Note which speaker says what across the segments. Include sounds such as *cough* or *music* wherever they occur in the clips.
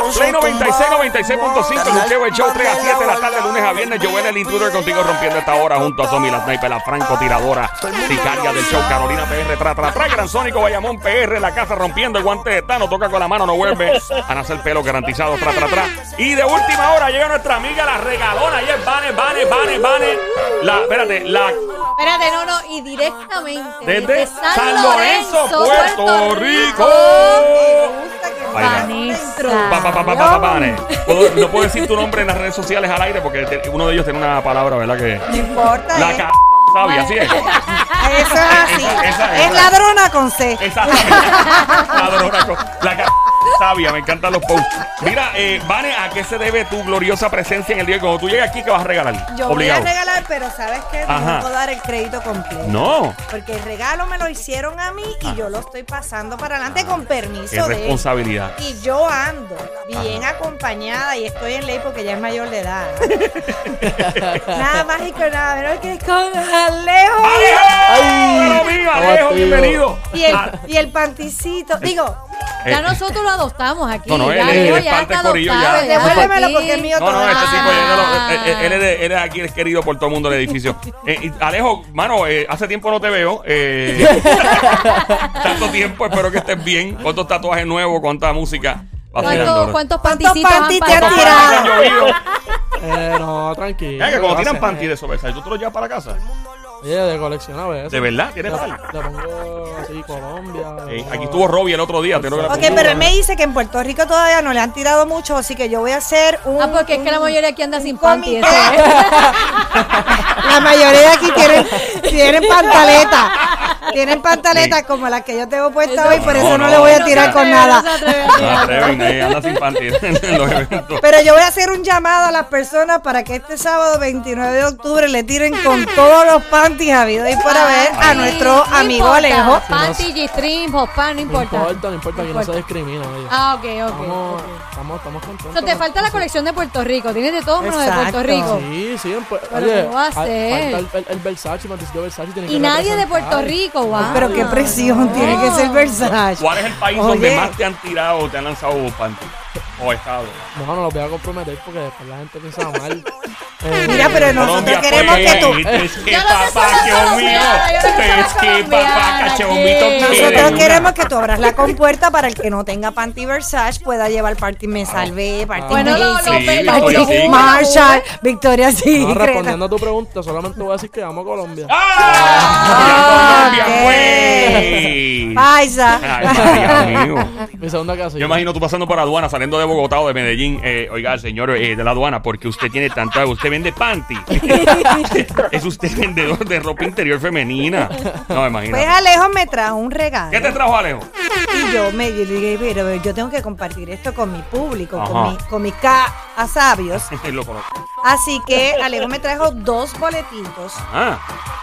Speaker 1: 96, 96.5, el Juqueo, el show 3 a 7 de la tarde, lunes a viernes. Joel, el intruder, contigo rompiendo esta hora junto a Tommy, la sniper, la francotiradora, sicaria del show, Carolina PR, tra, tra, tra, Gran Sónico, Bayamón PR, la casa rompiendo el guante de Tano, toca con la mano, no vuelve a nacer pelo garantizado, tra, tra, tra. Y de última hora llega nuestra amiga, la regalona, y es Vane, Vane, Vane, Vane, la, espérate, la...
Speaker 2: Espérate, no, no, y directamente
Speaker 1: Desde San Lorenzo, Puerto Rico.
Speaker 2: Me gusta que
Speaker 1: Ahí va.
Speaker 2: Vanessa.
Speaker 1: Pa, pa, pa, pa, pa, pa, Vane. Puedo- no puedo decir tu nombre en las redes sociales al aire porque te- uno de ellos tiene una palabra, ¿verdad? Que
Speaker 3: No importa.
Speaker 1: la
Speaker 3: eh. Ah,
Speaker 1: c sabia, así es.
Speaker 3: Eso es así.
Speaker 1: Esa- esa-
Speaker 3: es
Speaker 1: esa.
Speaker 3: ladrona con C.
Speaker 1: Exactamente. Ladrona con- La c sabia, me encantan los posts. Mira, eh, Vane, ¿a qué se debe tu gloriosa presencia en el día? de hoy? Cuando tú llegas aquí, ¿qué vas a regalar?
Speaker 3: Yo
Speaker 1: Obligado.
Speaker 3: voy a regalar, pero ¿sabes qué?
Speaker 1: Ajá.
Speaker 3: No puedo dar el crédito completo.
Speaker 1: No,
Speaker 3: Porque el regalo me lo hicieron a mí y yo lo estoy pasando para adelante
Speaker 1: Ah,
Speaker 3: con
Speaker 1: qué
Speaker 3: permiso de él.
Speaker 1: responsabilidad.
Speaker 3: Y yo ando bien acompañada y estoy en ley porque ya es mayor
Speaker 1: *laughs*
Speaker 3: de edad. nada mágico, nada menos que con Alejo.
Speaker 1: ¡Alejo!
Speaker 4: Ay,
Speaker 1: ¡Pero viva, Alejo!
Speaker 4: abatido.
Speaker 1: ¡Bienvenido!
Speaker 3: Y el,
Speaker 1: Ah,
Speaker 3: y el panticito. Digo,
Speaker 2: Ya
Speaker 1: eh,
Speaker 2: nosotros lo adoptamos aquí.
Speaker 1: No, no, él
Speaker 2: ya,
Speaker 1: es-
Speaker 2: yo
Speaker 1: él es
Speaker 2: ya
Speaker 1: parte
Speaker 2: está
Speaker 1: del corillo, ya.
Speaker 2: adoptado, ya
Speaker 3: devuélvemelo
Speaker 2: aquí.
Speaker 3: porque es mío
Speaker 1: No, no,
Speaker 3: todavía.
Speaker 1: este tipo,
Speaker 2: Ah.
Speaker 1: ya no, eh, eh, él, es de- él es aquí, es querido por todo el mundo del
Speaker 3: *laughs*
Speaker 1: edificio. Eh, y Alejo, mano, eh, hace tiempo no te veo.
Speaker 3: *laughs*
Speaker 1: eh, tanto tiempo, espero que estés bien. ¿Cuántos tatuajes nuevos? ¿Cuánta música?
Speaker 2: ¿Cuántos-
Speaker 1: Vacilando, ¿no?
Speaker 2: ¿Cuántos
Speaker 3: ¿Cuántos
Speaker 2: panticitos
Speaker 3: pantis
Speaker 2: han
Speaker 3: te han
Speaker 2: pasado?
Speaker 3: tirado?
Speaker 1: ¿Cuántos han
Speaker 3: *laughs*
Speaker 1: llovido?
Speaker 4: Eh, no, tranquilo.
Speaker 1: Mira que cuando tiran
Speaker 4: gracias.
Speaker 1: panty de sobesa, ¿tú te lo llevas para la casa?
Speaker 4: Oye, de coleccionables.
Speaker 1: ¿De verdad? ¿Tienes
Speaker 4: Le,
Speaker 1: par?
Speaker 4: le pongo así Colombia. le
Speaker 1: Eh,
Speaker 4: pongo-
Speaker 1: aquí estuvo Robbie el otro día. te lo grabo.
Speaker 3: Ok, pero él me dice que en Puerto Rico todavía no le han tirado mucho, así que yo voy a hacer un.
Speaker 2: Ah, porque es que la
Speaker 3: un-
Speaker 2: mayoría aquí anda sin ¿eh?
Speaker 3: un
Speaker 2: panty.
Speaker 3: comité.
Speaker 2: eso es.
Speaker 3: La mayoría de *laughs* aquí
Speaker 2: *laughs*
Speaker 3: tienen, tienen pantaleta. Tienen pantaletas
Speaker 1: Sí.
Speaker 3: como las que yo tengo puesta hoy, por
Speaker 1: No,
Speaker 3: eso no,
Speaker 1: no.
Speaker 3: le voy a
Speaker 2: No
Speaker 3: tirar
Speaker 2: se
Speaker 3: con
Speaker 2: atreve,
Speaker 3: nada.
Speaker 2: no se atreve.
Speaker 1: No atreven, eh, anda sin panty *laughs* en los eventos.
Speaker 3: Pero yo voy a hacer un llamado a las personas para que este sábado 29 de octubre le tiren con todos los panties habidos y por haber a
Speaker 2: Panty,
Speaker 3: nuestro
Speaker 2: no
Speaker 3: amigo
Speaker 2: importa.
Speaker 3: Alejo.
Speaker 2: Panty, G-string, Hotpan, no
Speaker 4: No
Speaker 2: importa.
Speaker 4: importa, no importa, aquí no se discrimina. oye.
Speaker 2: Ah, ok, ok.
Speaker 4: Estamos,
Speaker 2: ok.
Speaker 4: estamos, estamos contentos.
Speaker 2: So, te falta la colección de Puerto Rico. Tienes de todo menos de
Speaker 3: Exacto.
Speaker 2: Puerto Rico.
Speaker 4: Sí, sí. en Pu-
Speaker 2: Pero
Speaker 4: oye,
Speaker 2: ¿qué voy a
Speaker 4: al-
Speaker 2: hacer?
Speaker 4: falta el, el, el Versace, Matizio Versace. Tiene
Speaker 2: Y
Speaker 4: que
Speaker 2: nadie de
Speaker 4: representar.
Speaker 2: Puerto Rico, wow.
Speaker 3: Pero
Speaker 1: Ah.
Speaker 3: qué presión tiene que ser Versace.
Speaker 1: ¿Cuál es el país
Speaker 3: Oye.
Speaker 1: donde más te han tirado o te han lanzado panty? O estado.
Speaker 4: No, no lo voy a comprometer porque después la gente piensa
Speaker 2: *laughs*
Speaker 4: mal. Eh,
Speaker 3: Mira, pero nosotros
Speaker 1: Colombia,
Speaker 3: queremos
Speaker 1: pues,
Speaker 3: que tú.
Speaker 1: Es que
Speaker 2: Yo no sé
Speaker 1: papá,
Speaker 2: si son
Speaker 1: cacho mío.
Speaker 2: colombianas, yo no sé si
Speaker 1: Es
Speaker 2: son
Speaker 1: que papá,
Speaker 2: colombianas,
Speaker 1: cacho
Speaker 2: ¿qué?
Speaker 1: mío.
Speaker 3: Nosotros
Speaker 1: que-
Speaker 3: queremos que tú abras
Speaker 1: *laughs*
Speaker 3: la compuerta para el que no tenga panty Versace pueda llevar panty Me Salvé, panty
Speaker 2: Bueno,
Speaker 3: Macy,
Speaker 2: lo- lo-
Speaker 1: Sí,
Speaker 2: lo-
Speaker 1: Victoria
Speaker 2: lo-
Speaker 3: panty
Speaker 1: Secret.
Speaker 3: Marshall, Victoria
Speaker 4: no,
Speaker 3: Secret.
Speaker 4: respondiendo a tu pregunta, solamente voy a decir que amo a Colombia.
Speaker 2: Ah,
Speaker 1: ¡Ah!
Speaker 3: Ah,
Speaker 1: Colombia,
Speaker 3: eh.
Speaker 1: güey.
Speaker 3: Paisa.
Speaker 1: Ay, María mío.
Speaker 4: Mi segunda casa.
Speaker 1: Yo imagino tú pasando por aduana, saliendo de Bogotá o de Medellín. eh, oiga, señor eh, de la aduana, porque usted tiene tanta. Usted vende
Speaker 2: *laughs*
Speaker 1: panty. es usted vendedor de ropa interior femenina. No,
Speaker 3: Pues
Speaker 1: imagínate.
Speaker 3: Alejo me trajo un regalo.
Speaker 1: ¿Qué te trajo, Alejo? *laughs*
Speaker 3: Y yo me yo dije, pero yo tengo que compartir esto con mi público,
Speaker 1: Ajá.
Speaker 3: con, mi, con mis ca- sabios.
Speaker 1: Lo conozco.
Speaker 3: Así que Alejo me trajo dos boletitos
Speaker 1: Ah,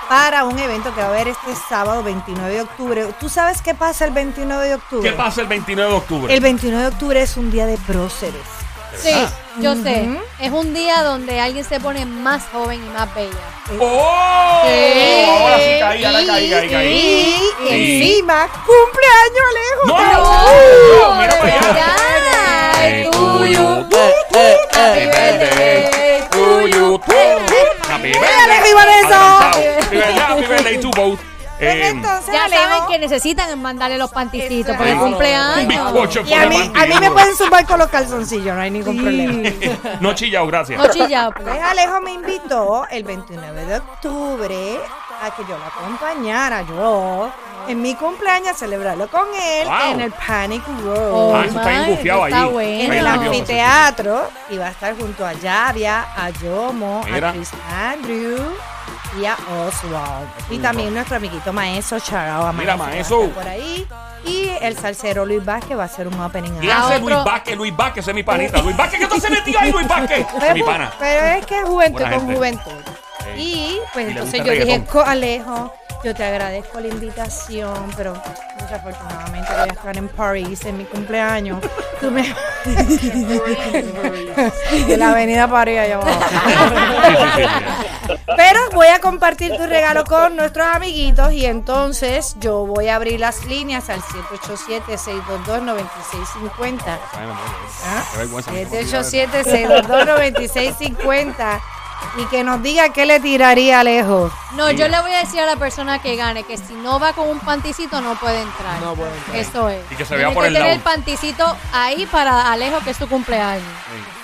Speaker 3: para un evento que va a haber este sábado 29 de octubre. ¿Tú sabes qué pasa el 29 de octubre?
Speaker 1: ¿Qué pasa el 29 de octubre?
Speaker 3: El 29 de octubre es un día de próceres.
Speaker 2: Sí,
Speaker 4: Ah.
Speaker 2: yo sé. Es un día donde alguien se pone más joven y más bella.
Speaker 1: ¡Oh!
Speaker 2: Sí.
Speaker 1: Ahora sí caí, ahora caí, caí, caí. Sí.
Speaker 3: Y encima, cumpleaños, Alejo.
Speaker 1: ¡No!
Speaker 3: Pero-
Speaker 1: ¡No! ¡Mira
Speaker 2: de
Speaker 1: para allá!
Speaker 2: verdad,
Speaker 1: Eh,
Speaker 2: es tuyo.
Speaker 4: Eh, eh,
Speaker 2: Happy
Speaker 4: eh,
Speaker 2: birthday to you.
Speaker 1: Happy
Speaker 3: Alejo
Speaker 1: birthday.
Speaker 3: y Vanessa!
Speaker 1: Adelantado. Happy birthday, happy birthday to both.
Speaker 3: Pues
Speaker 1: Eh,
Speaker 3: entonces,
Speaker 2: Ya
Speaker 3: Alejo,
Speaker 2: saben que necesitan mandarle los panticitos
Speaker 3: Exacto.
Speaker 2: por el
Speaker 4: Ay,
Speaker 1: un
Speaker 2: cumpleaños.
Speaker 1: bizcocho
Speaker 3: y a
Speaker 1: por
Speaker 3: mí,
Speaker 1: la
Speaker 3: a mí me
Speaker 1: mandíbula.
Speaker 3: pueden zumbar con los calzoncillos, no hay ningún problema.
Speaker 1: *laughs* No chillao, gracias.
Speaker 2: No chillado,
Speaker 3: Pues Alejo me invitó el 29 de octubre a que yo lo acompañara yo en mi cumpleaños a celebrarlo con él
Speaker 1: Wow.
Speaker 3: en el Panic Row.
Speaker 2: Oh,
Speaker 1: Ah, eso está
Speaker 2: Ay,
Speaker 1: engufiado
Speaker 2: está
Speaker 1: allí.
Speaker 2: bueno.
Speaker 3: En
Speaker 1: Ahí
Speaker 3: el
Speaker 2: nervioso,
Speaker 3: anfiteatro y va a estar junto a Yavia, a Yomo,
Speaker 1: Mira.
Speaker 3: a Chris Andrew y a Oswald. Y también nuestro amiguito maestro Charao Amaya,
Speaker 1: Mira,
Speaker 3: que va a
Speaker 1: Maeso.
Speaker 3: estar por ahí. Y el salsero Luis Vázquez va a hacer un opening.
Speaker 1: ¿Qué
Speaker 3: act.
Speaker 1: hace
Speaker 2: otro-
Speaker 1: Luis Vázquez? Luis Vázquez, ese es mi panita. Luis Vázquez, ¿qué tú se metió ahí, Luis
Speaker 2: *laughs*
Speaker 1: Vázquez?
Speaker 3: Pero,
Speaker 1: mi pana.
Speaker 3: pero es que es juventud
Speaker 1: Buena
Speaker 3: con
Speaker 1: gente.
Speaker 3: juventud.
Speaker 1: Sí.
Speaker 3: Y pues
Speaker 1: Y le gusta
Speaker 3: entonces
Speaker 1: el
Speaker 3: yo dije,
Speaker 1: reggaetón.
Speaker 3: "Co- Alejo, yo te agradezco la invitación, pero desafortunadamente voy a estar en París en mi cumpleaños. Tú me... *laughs* de la avenida París allá abajo.
Speaker 1: Sí, sí, sí, sí.
Speaker 3: Pero voy a compartir tu regalo con nuestros amiguitos y entonces yo voy a abrir las líneas al 787-622-9650.
Speaker 1: Ay, me muero.
Speaker 3: ¿Ah?
Speaker 1: Qué vergüenza.
Speaker 3: 787-622-9650 y que nos diga qué le tiraría a lejos.
Speaker 2: No,
Speaker 1: Mira.
Speaker 2: yo le voy a decir a la persona que gane que si no va con un panticito no puede entrar.
Speaker 4: No puede entrar.
Speaker 2: Eso es.
Speaker 1: Y que se vea
Speaker 2: Tiene
Speaker 1: por
Speaker 2: que
Speaker 1: el
Speaker 2: tener
Speaker 1: lado.
Speaker 2: el panticito ahí para Alejo, que es su cumpleaños.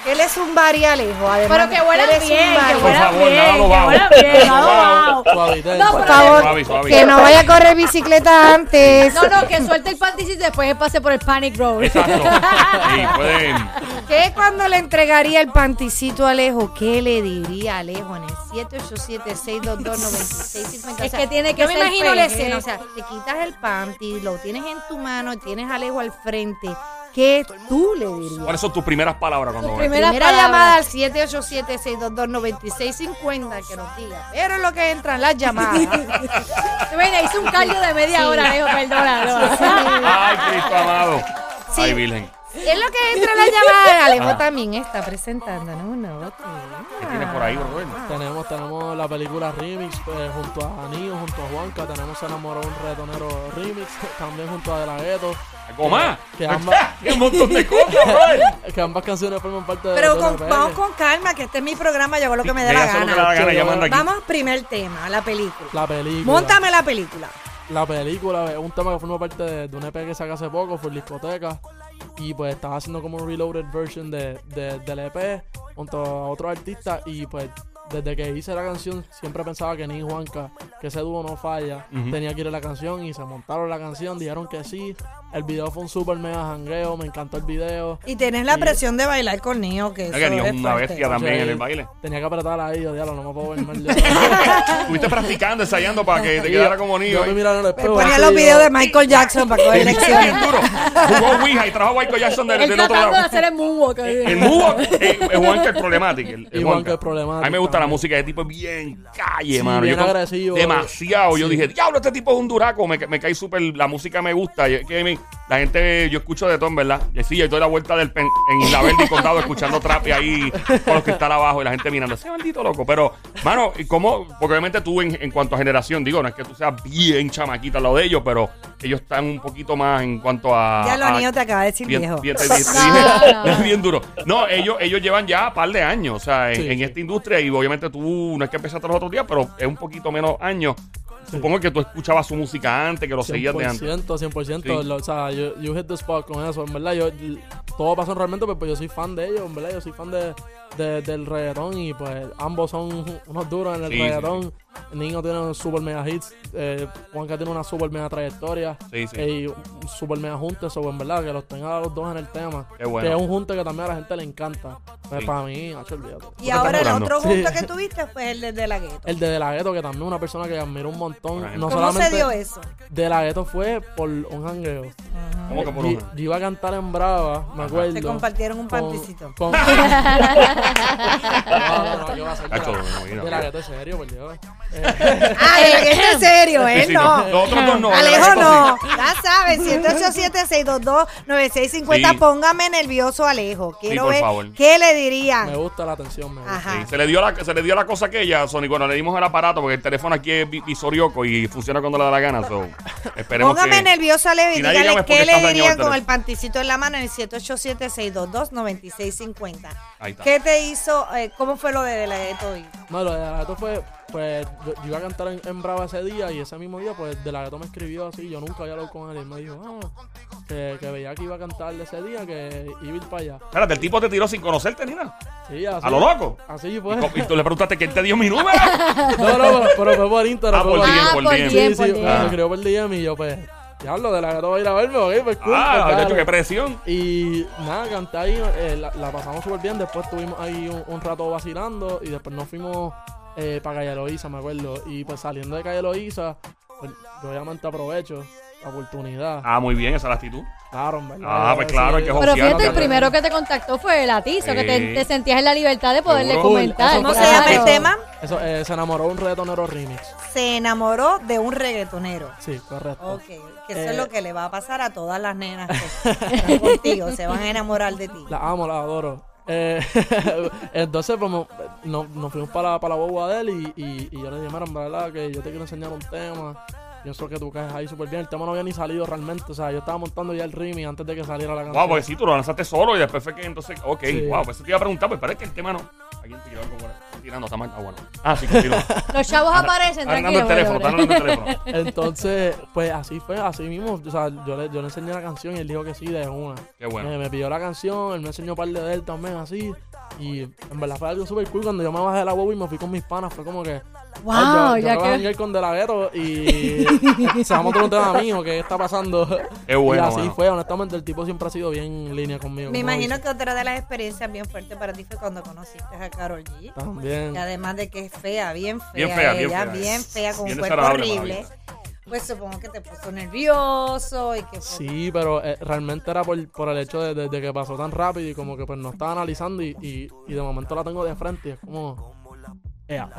Speaker 3: ¿Qué le zumbaría a lejos? Además,
Speaker 2: Pero que huela
Speaker 3: ¿qué le
Speaker 2: bien, que
Speaker 3: zumbaría?
Speaker 1: Por
Speaker 2: huela
Speaker 1: favor,
Speaker 2: bien,
Speaker 1: nada
Speaker 2: que
Speaker 1: lo vamos.
Speaker 2: huela bien,
Speaker 3: *laughs*
Speaker 1: Nada
Speaker 2: nada lo
Speaker 1: lo
Speaker 2: vamos.
Speaker 4: Suavita,
Speaker 2: No,
Speaker 4: por
Speaker 2: pero-
Speaker 3: favor,
Speaker 1: Suave, suave.
Speaker 3: que no vaya a correr bicicleta antes.
Speaker 2: No, no, que suelte el panticito y después pase por el panic roll. *laughs*
Speaker 1: Exacto. Sí, pueden.
Speaker 3: ¿Qué *laughs* cuando le entregaría el panticito a Alejo? ¿Qué le diría a Alejo en el 787-622-9650?
Speaker 2: Es que tiene que
Speaker 3: Yo me
Speaker 2: ser
Speaker 3: imagino la
Speaker 2: pegue.
Speaker 3: escena. O sea, te quitas el panty, lo tienes en tu mano y tienes a Alejo al frente. ¿Qué tú le dirías?
Speaker 1: ¿Cuáles son tus primeras palabras cuando
Speaker 2: Tus
Speaker 1: ves?
Speaker 2: primeras
Speaker 3: Primera
Speaker 2: palabras.
Speaker 3: llamada al 787-622-9650 que nos diga. Pero en lo que entran las *laughs* llamadas.
Speaker 2: *laughs*
Speaker 1: pues.
Speaker 2: Mira, hice un caldo de media
Speaker 3: Sí.
Speaker 2: hora, Alejo, perdónalo.
Speaker 1: Ay, Cristo amado.
Speaker 3: Sí.
Speaker 1: Ay, Virgen.
Speaker 3: en lo que entran las llamadas, Alejo
Speaker 1: Ah.
Speaker 3: también está presentándonos una botella.
Speaker 1: ¿Qué tienes por ahí, brother?
Speaker 4: Tenemos, tenemos la película Remix eh, junto a Anío, junto a Juanca. Tenemos Se enamoró un retonero Remix, también junto a De La Ghetto.
Speaker 1: ¿Algo más?
Speaker 4: Que ambas,
Speaker 1: *laughs* Hay un montón de cosas, brother.
Speaker 4: que ambas canciones forman parte de
Speaker 3: Pero
Speaker 4: de
Speaker 3: con-
Speaker 4: la
Speaker 3: vamos
Speaker 4: peli.
Speaker 3: con calma, que este es mi programa, yo hago lo que me dé
Speaker 1: Ella
Speaker 3: la
Speaker 1: hace lo que le da
Speaker 3: gana.
Speaker 1: la gana,
Speaker 4: Sí,
Speaker 1: ella manda aquí.
Speaker 3: Vamos, primer tema, la película.
Speaker 4: La película.
Speaker 3: Móntame la película.
Speaker 4: La película es un tema que forma parte de, de un EP que saca hace poco, fue en discoteca. Y pues estaba haciendo como un reloaded version de, de- del EP junto a otro artista. Y pues desde que hice la canción siempre pensaba que ni Juanca, que ese dúo no falla, tenía que ir a la canción. Y se montaron la canción, dijeron que sí. El video fue un super mega jangueo, me encantó el video.
Speaker 3: Y tenés la presión de bailar con Neo, que
Speaker 1: Mira que
Speaker 3: eso
Speaker 1: ni
Speaker 3: es
Speaker 1: una
Speaker 3: fuerte.
Speaker 1: bestia también
Speaker 4: Sí.
Speaker 1: en el
Speaker 4: *laughs*
Speaker 1: baile.
Speaker 4: Tenía que apretar ahí, yo diablo, no me puedo ver
Speaker 1: *laughs*
Speaker 4: mal. Yo,
Speaker 1: Estuviste practicando, ensayando para que te quedara como niño.
Speaker 4: yo me miraba en el
Speaker 3: Me
Speaker 4: espejo.
Speaker 3: ponía
Speaker 4: así,
Speaker 3: los
Speaker 4: yo-
Speaker 3: videos de Michael Jackson para coger
Speaker 1: Te viste
Speaker 3: lecciones.
Speaker 1: bien duro. Jugó Ouija y trajo a Michael Jackson del,
Speaker 2: Él
Speaker 1: del otro
Speaker 2: tratando de
Speaker 1: lado.
Speaker 2: hacer el moonwalk.
Speaker 3: *laughs*
Speaker 1: El Mubo eh, eh, Juanca es problemático. El,
Speaker 4: Y Juanca es problemático
Speaker 1: A mí me gusta la
Speaker 4: también.
Speaker 1: música de tipo es bien calle,
Speaker 4: Sí,
Speaker 1: mano.
Speaker 4: bien
Speaker 1: con-
Speaker 4: agresivo.
Speaker 1: Demasiado. Yo dije, diablo, este tipo es un duraco. Me, ca- me cae súper. La música me gusta. Yo- que me- la gente, yo escucho de todo, en verdad. Y sí, yo estoy a la vuelta del pen, en Isla Verde y Condado escuchando trap y ahí con los cristales abajo y la gente mirando. Ese maldito loco. Pero, mano, ¿y ¿cómo? Porque obviamente tú, en, en cuanto a generación, digo, no es que tú seas bien chamaquita al lado de ellos, pero ellos están un poquito más en cuanto a.
Speaker 3: Ya lo
Speaker 1: a-
Speaker 3: niño te acaba de decir
Speaker 1: Bien,
Speaker 2: *laughs*
Speaker 3: viejo.
Speaker 1: bien, te dije- te
Speaker 2: No,
Speaker 1: dije,
Speaker 2: no.
Speaker 1: bien duro. No, ellos, ellos llevan ya un par de años, o sea, en,
Speaker 4: Sí,
Speaker 1: en
Speaker 4: sí.
Speaker 1: esta industria, y obviamente tú no es que empezaste los otros días, pero es un poquito menos años. Supongo que tú escuchabas su música antes, que lo seguías de antes.
Speaker 4: 100%, 100%.
Speaker 1: Sí.
Speaker 4: lo- o sea, you, you hit the spot con eso. En verdad, yo, todo pasó realmente, pero pues yo soy fan de ellos. En verdad, yo soy fan de, de- del reggaetón y pues ambos son unos duros en el
Speaker 1: Sí, sí,
Speaker 4: reggaetón. Niño tiene unos super mega hits. Eh, Juanca tiene una super mega trayectoria.
Speaker 1: Sí, sí.
Speaker 4: eh, Y un super mega junte. Eso, en verdad, que los tenga a los dos en el tema.
Speaker 1: Qué bueno.
Speaker 4: Que es un junte que también a la gente le encanta. Pues,
Speaker 1: Sí.
Speaker 4: Para mí, hacho, olvídate.
Speaker 3: Y ahora el
Speaker 1: estás
Speaker 3: otro
Speaker 4: hablando?
Speaker 3: junto
Speaker 4: Sí.
Speaker 3: que tuviste fue el de, De la gueto.
Speaker 4: El de De La Ghetto, que también es una persona que admiro un montón.
Speaker 1: Por ejemplo.
Speaker 4: No
Speaker 3: ¿Cómo se
Speaker 4: solamente
Speaker 3: dio eso?
Speaker 4: De La Ghetto fue por un jangueo.
Speaker 1: ¿Cómo que por
Speaker 4: Yo-
Speaker 1: una?
Speaker 4: Yo iba a cantar en Brava, me acuerdo.
Speaker 3: Se compartieron un
Speaker 4: con-
Speaker 3: panticito.
Speaker 4: con- no, no, no, ¿qué va a hacer?
Speaker 1: Cacho, me imagino.
Speaker 4: Mira, que esto es serio, por Dios.
Speaker 3: *laughs* Ah, este es serio,
Speaker 1: Sí,
Speaker 3: él
Speaker 1: sí,
Speaker 3: no.
Speaker 1: no. Los otros dos no.
Speaker 3: Alejo
Speaker 1: Alejo
Speaker 3: no. Ya saben, 787-622-9650.
Speaker 1: Sí.
Speaker 3: Póngame nervioso, Alejo. Quiero
Speaker 1: por
Speaker 3: ver
Speaker 1: favor.
Speaker 3: qué
Speaker 1: *laughs*
Speaker 3: le
Speaker 4: Me
Speaker 3: dirían.
Speaker 4: gusta la atención, me gusta.
Speaker 1: Sí,
Speaker 3: Ajá.
Speaker 1: se, le dio la, se le dio la cosa aquella, Sonic, cuando le dimos el aparato, porque el teléfono aquí es vi- visorioco y funciona cuando le da la gana.
Speaker 3: *laughs*
Speaker 1: so, esperemos
Speaker 3: Póngame
Speaker 1: que-
Speaker 3: nervioso, Alejo, y
Speaker 1: Si nadie llama
Speaker 3: dígale
Speaker 1: es porque
Speaker 3: qué le
Speaker 1: está dañado el
Speaker 3: dirían con el
Speaker 1: teléfono.
Speaker 3: panticito en la mano en el 787-622-9650.
Speaker 1: Ahí está.
Speaker 3: ¿Qué te hizo? eh, ¿Cómo fue lo de la de Toby?
Speaker 4: No, lo de la Gato fue, pues, yo, yo iba a cantar en, en Brava ese día y ese mismo día, pues, de la Gato me escribió así, yo nunca había hablado con él y él me dijo, ah, que, que veía que iba a cantar ese día, que iba a ir para allá.
Speaker 1: Espérate, el tipo te tiró sin conocerte ni nada.
Speaker 4: Sí, así,
Speaker 1: A lo loco.
Speaker 4: Así
Speaker 1: Y
Speaker 4: *laughs* pues.
Speaker 1: co- Y tú le preguntaste quién te dio mi
Speaker 3: *laughs*
Speaker 1: número.
Speaker 4: No, no, pero, pero fue por Instagram.
Speaker 1: Ah,
Speaker 4: fue
Speaker 1: por
Speaker 4: por-
Speaker 1: DM,
Speaker 2: Ah,
Speaker 1: por
Speaker 2: por
Speaker 1: DM.
Speaker 4: Sí,
Speaker 2: DM,
Speaker 4: sí,
Speaker 2: por
Speaker 1: Ah.
Speaker 2: DM.
Speaker 4: me escribió por DM y yo, pues, diablo, de la Gato va a ir a verme, ok, pues, cool,
Speaker 1: ah,
Speaker 4: pues,
Speaker 1: de
Speaker 4: dale.
Speaker 1: hecho, qué presión.
Speaker 4: Y nada, canté ahí, eh, la, la pasamos súper bien. Después estuvimos ahí un, un rato vacilando y después nos fuimos eh, para Calle Loíza, me acuerdo. Y pues saliendo de Calle Loíza, pues, yo obviamente aprovecho la oportunidad.
Speaker 1: Ah, muy bien, esa es la actitud.
Speaker 4: Claro, en verdad.
Speaker 1: Ah, pues claro, hay que
Speaker 2: Pero fíjate,
Speaker 1: Joseano,
Speaker 2: el primero que te contactó fue el atizo, que te,
Speaker 1: Sí.
Speaker 2: te sentías en la libertad de poderle
Speaker 1: Seguro.
Speaker 2: comentar.
Speaker 4: Eso
Speaker 3: ¿Cómo se
Speaker 4: Claro.
Speaker 3: llama el tema?
Speaker 4: Eso, eh, se enamoró un reggaetonero remix.
Speaker 3: Se enamoró de un reggaetonero.
Speaker 4: Sí, correcto.
Speaker 3: Ok, que eso es
Speaker 4: Eh,
Speaker 3: lo que
Speaker 1: *laughs*
Speaker 3: le va a pasar a todas las nenas que están contigo. Se van a enamorar de ti.
Speaker 4: La amo, la adoro. Eh, *laughs* entonces, pues, no- nos, fuimos para, para la boba de él y, y, y yo le dije, mira, en verdad que yo te quiero enseñar un tema. Pienso que tú caes ahí súper bien. El tema no había ni salido realmente. O sea, yo estaba montando ya el rim y antes de que saliera la canción.
Speaker 1: Wow, *laughs* porque pues sí, tú lo lanzaste solo y después fue que entonces. Ok,
Speaker 4: Ah, Sí.
Speaker 1: wow, pues eso te iba a preguntar, pues parece que el tema no. Alguien tiró algo por ahí. Está tirando, está mal. Ah, bueno. Ah, sí,
Speaker 4: *laughs*
Speaker 1: continúa. Está
Speaker 2: Los chavos aparecen,
Speaker 1: hablando
Speaker 2: tranquilo.
Speaker 1: el teléfono, está
Speaker 2: Lore.
Speaker 1: hablando el teléfono.
Speaker 4: Entonces, pues así fue, así mismo. O sea, yo le, yo le enseñé la canción y él dijo que sí, de una. Eh,
Speaker 1: Qué bueno.
Speaker 4: Me, me pidió la canción, él me enseñó un par de él también, así. Y en verdad fue algo súper cool. Cuando yo me bajé de la boba y me fui con mis panas, fue como que.
Speaker 2: Wow,
Speaker 4: ay, yo, yo
Speaker 2: ya
Speaker 4: acabo de
Speaker 2: que-
Speaker 4: janguear con De La Ghetto
Speaker 3: *laughs*
Speaker 4: y. se va a montar un tema mío, ¿qué está pasando?
Speaker 1: Qué bueno,
Speaker 4: Y así
Speaker 1: mano.
Speaker 4: fue, honestamente, el tipo siempre ha sido bien en línea conmigo.
Speaker 3: Me
Speaker 4: como
Speaker 3: imagino
Speaker 4: dice.
Speaker 3: que otra de las experiencias bien fuertes para ti fue cuando conociste a Carol G.
Speaker 4: También.
Speaker 3: Y además de que es fea, bien fea.
Speaker 1: Bien fea, bien
Speaker 3: ella,
Speaker 1: fea.
Speaker 3: bien fea, con
Speaker 1: Bien
Speaker 3: un cuerpo
Speaker 1: desagradable,
Speaker 3: horrible. Pues supongo que te puso nervioso y que fue-
Speaker 4: Sí, pero eh, realmente era por, por el hecho de, de- de que pasó tan rápido y como que pues no estaba analizando y, y, y de momento la tengo de frente y es como... Ea.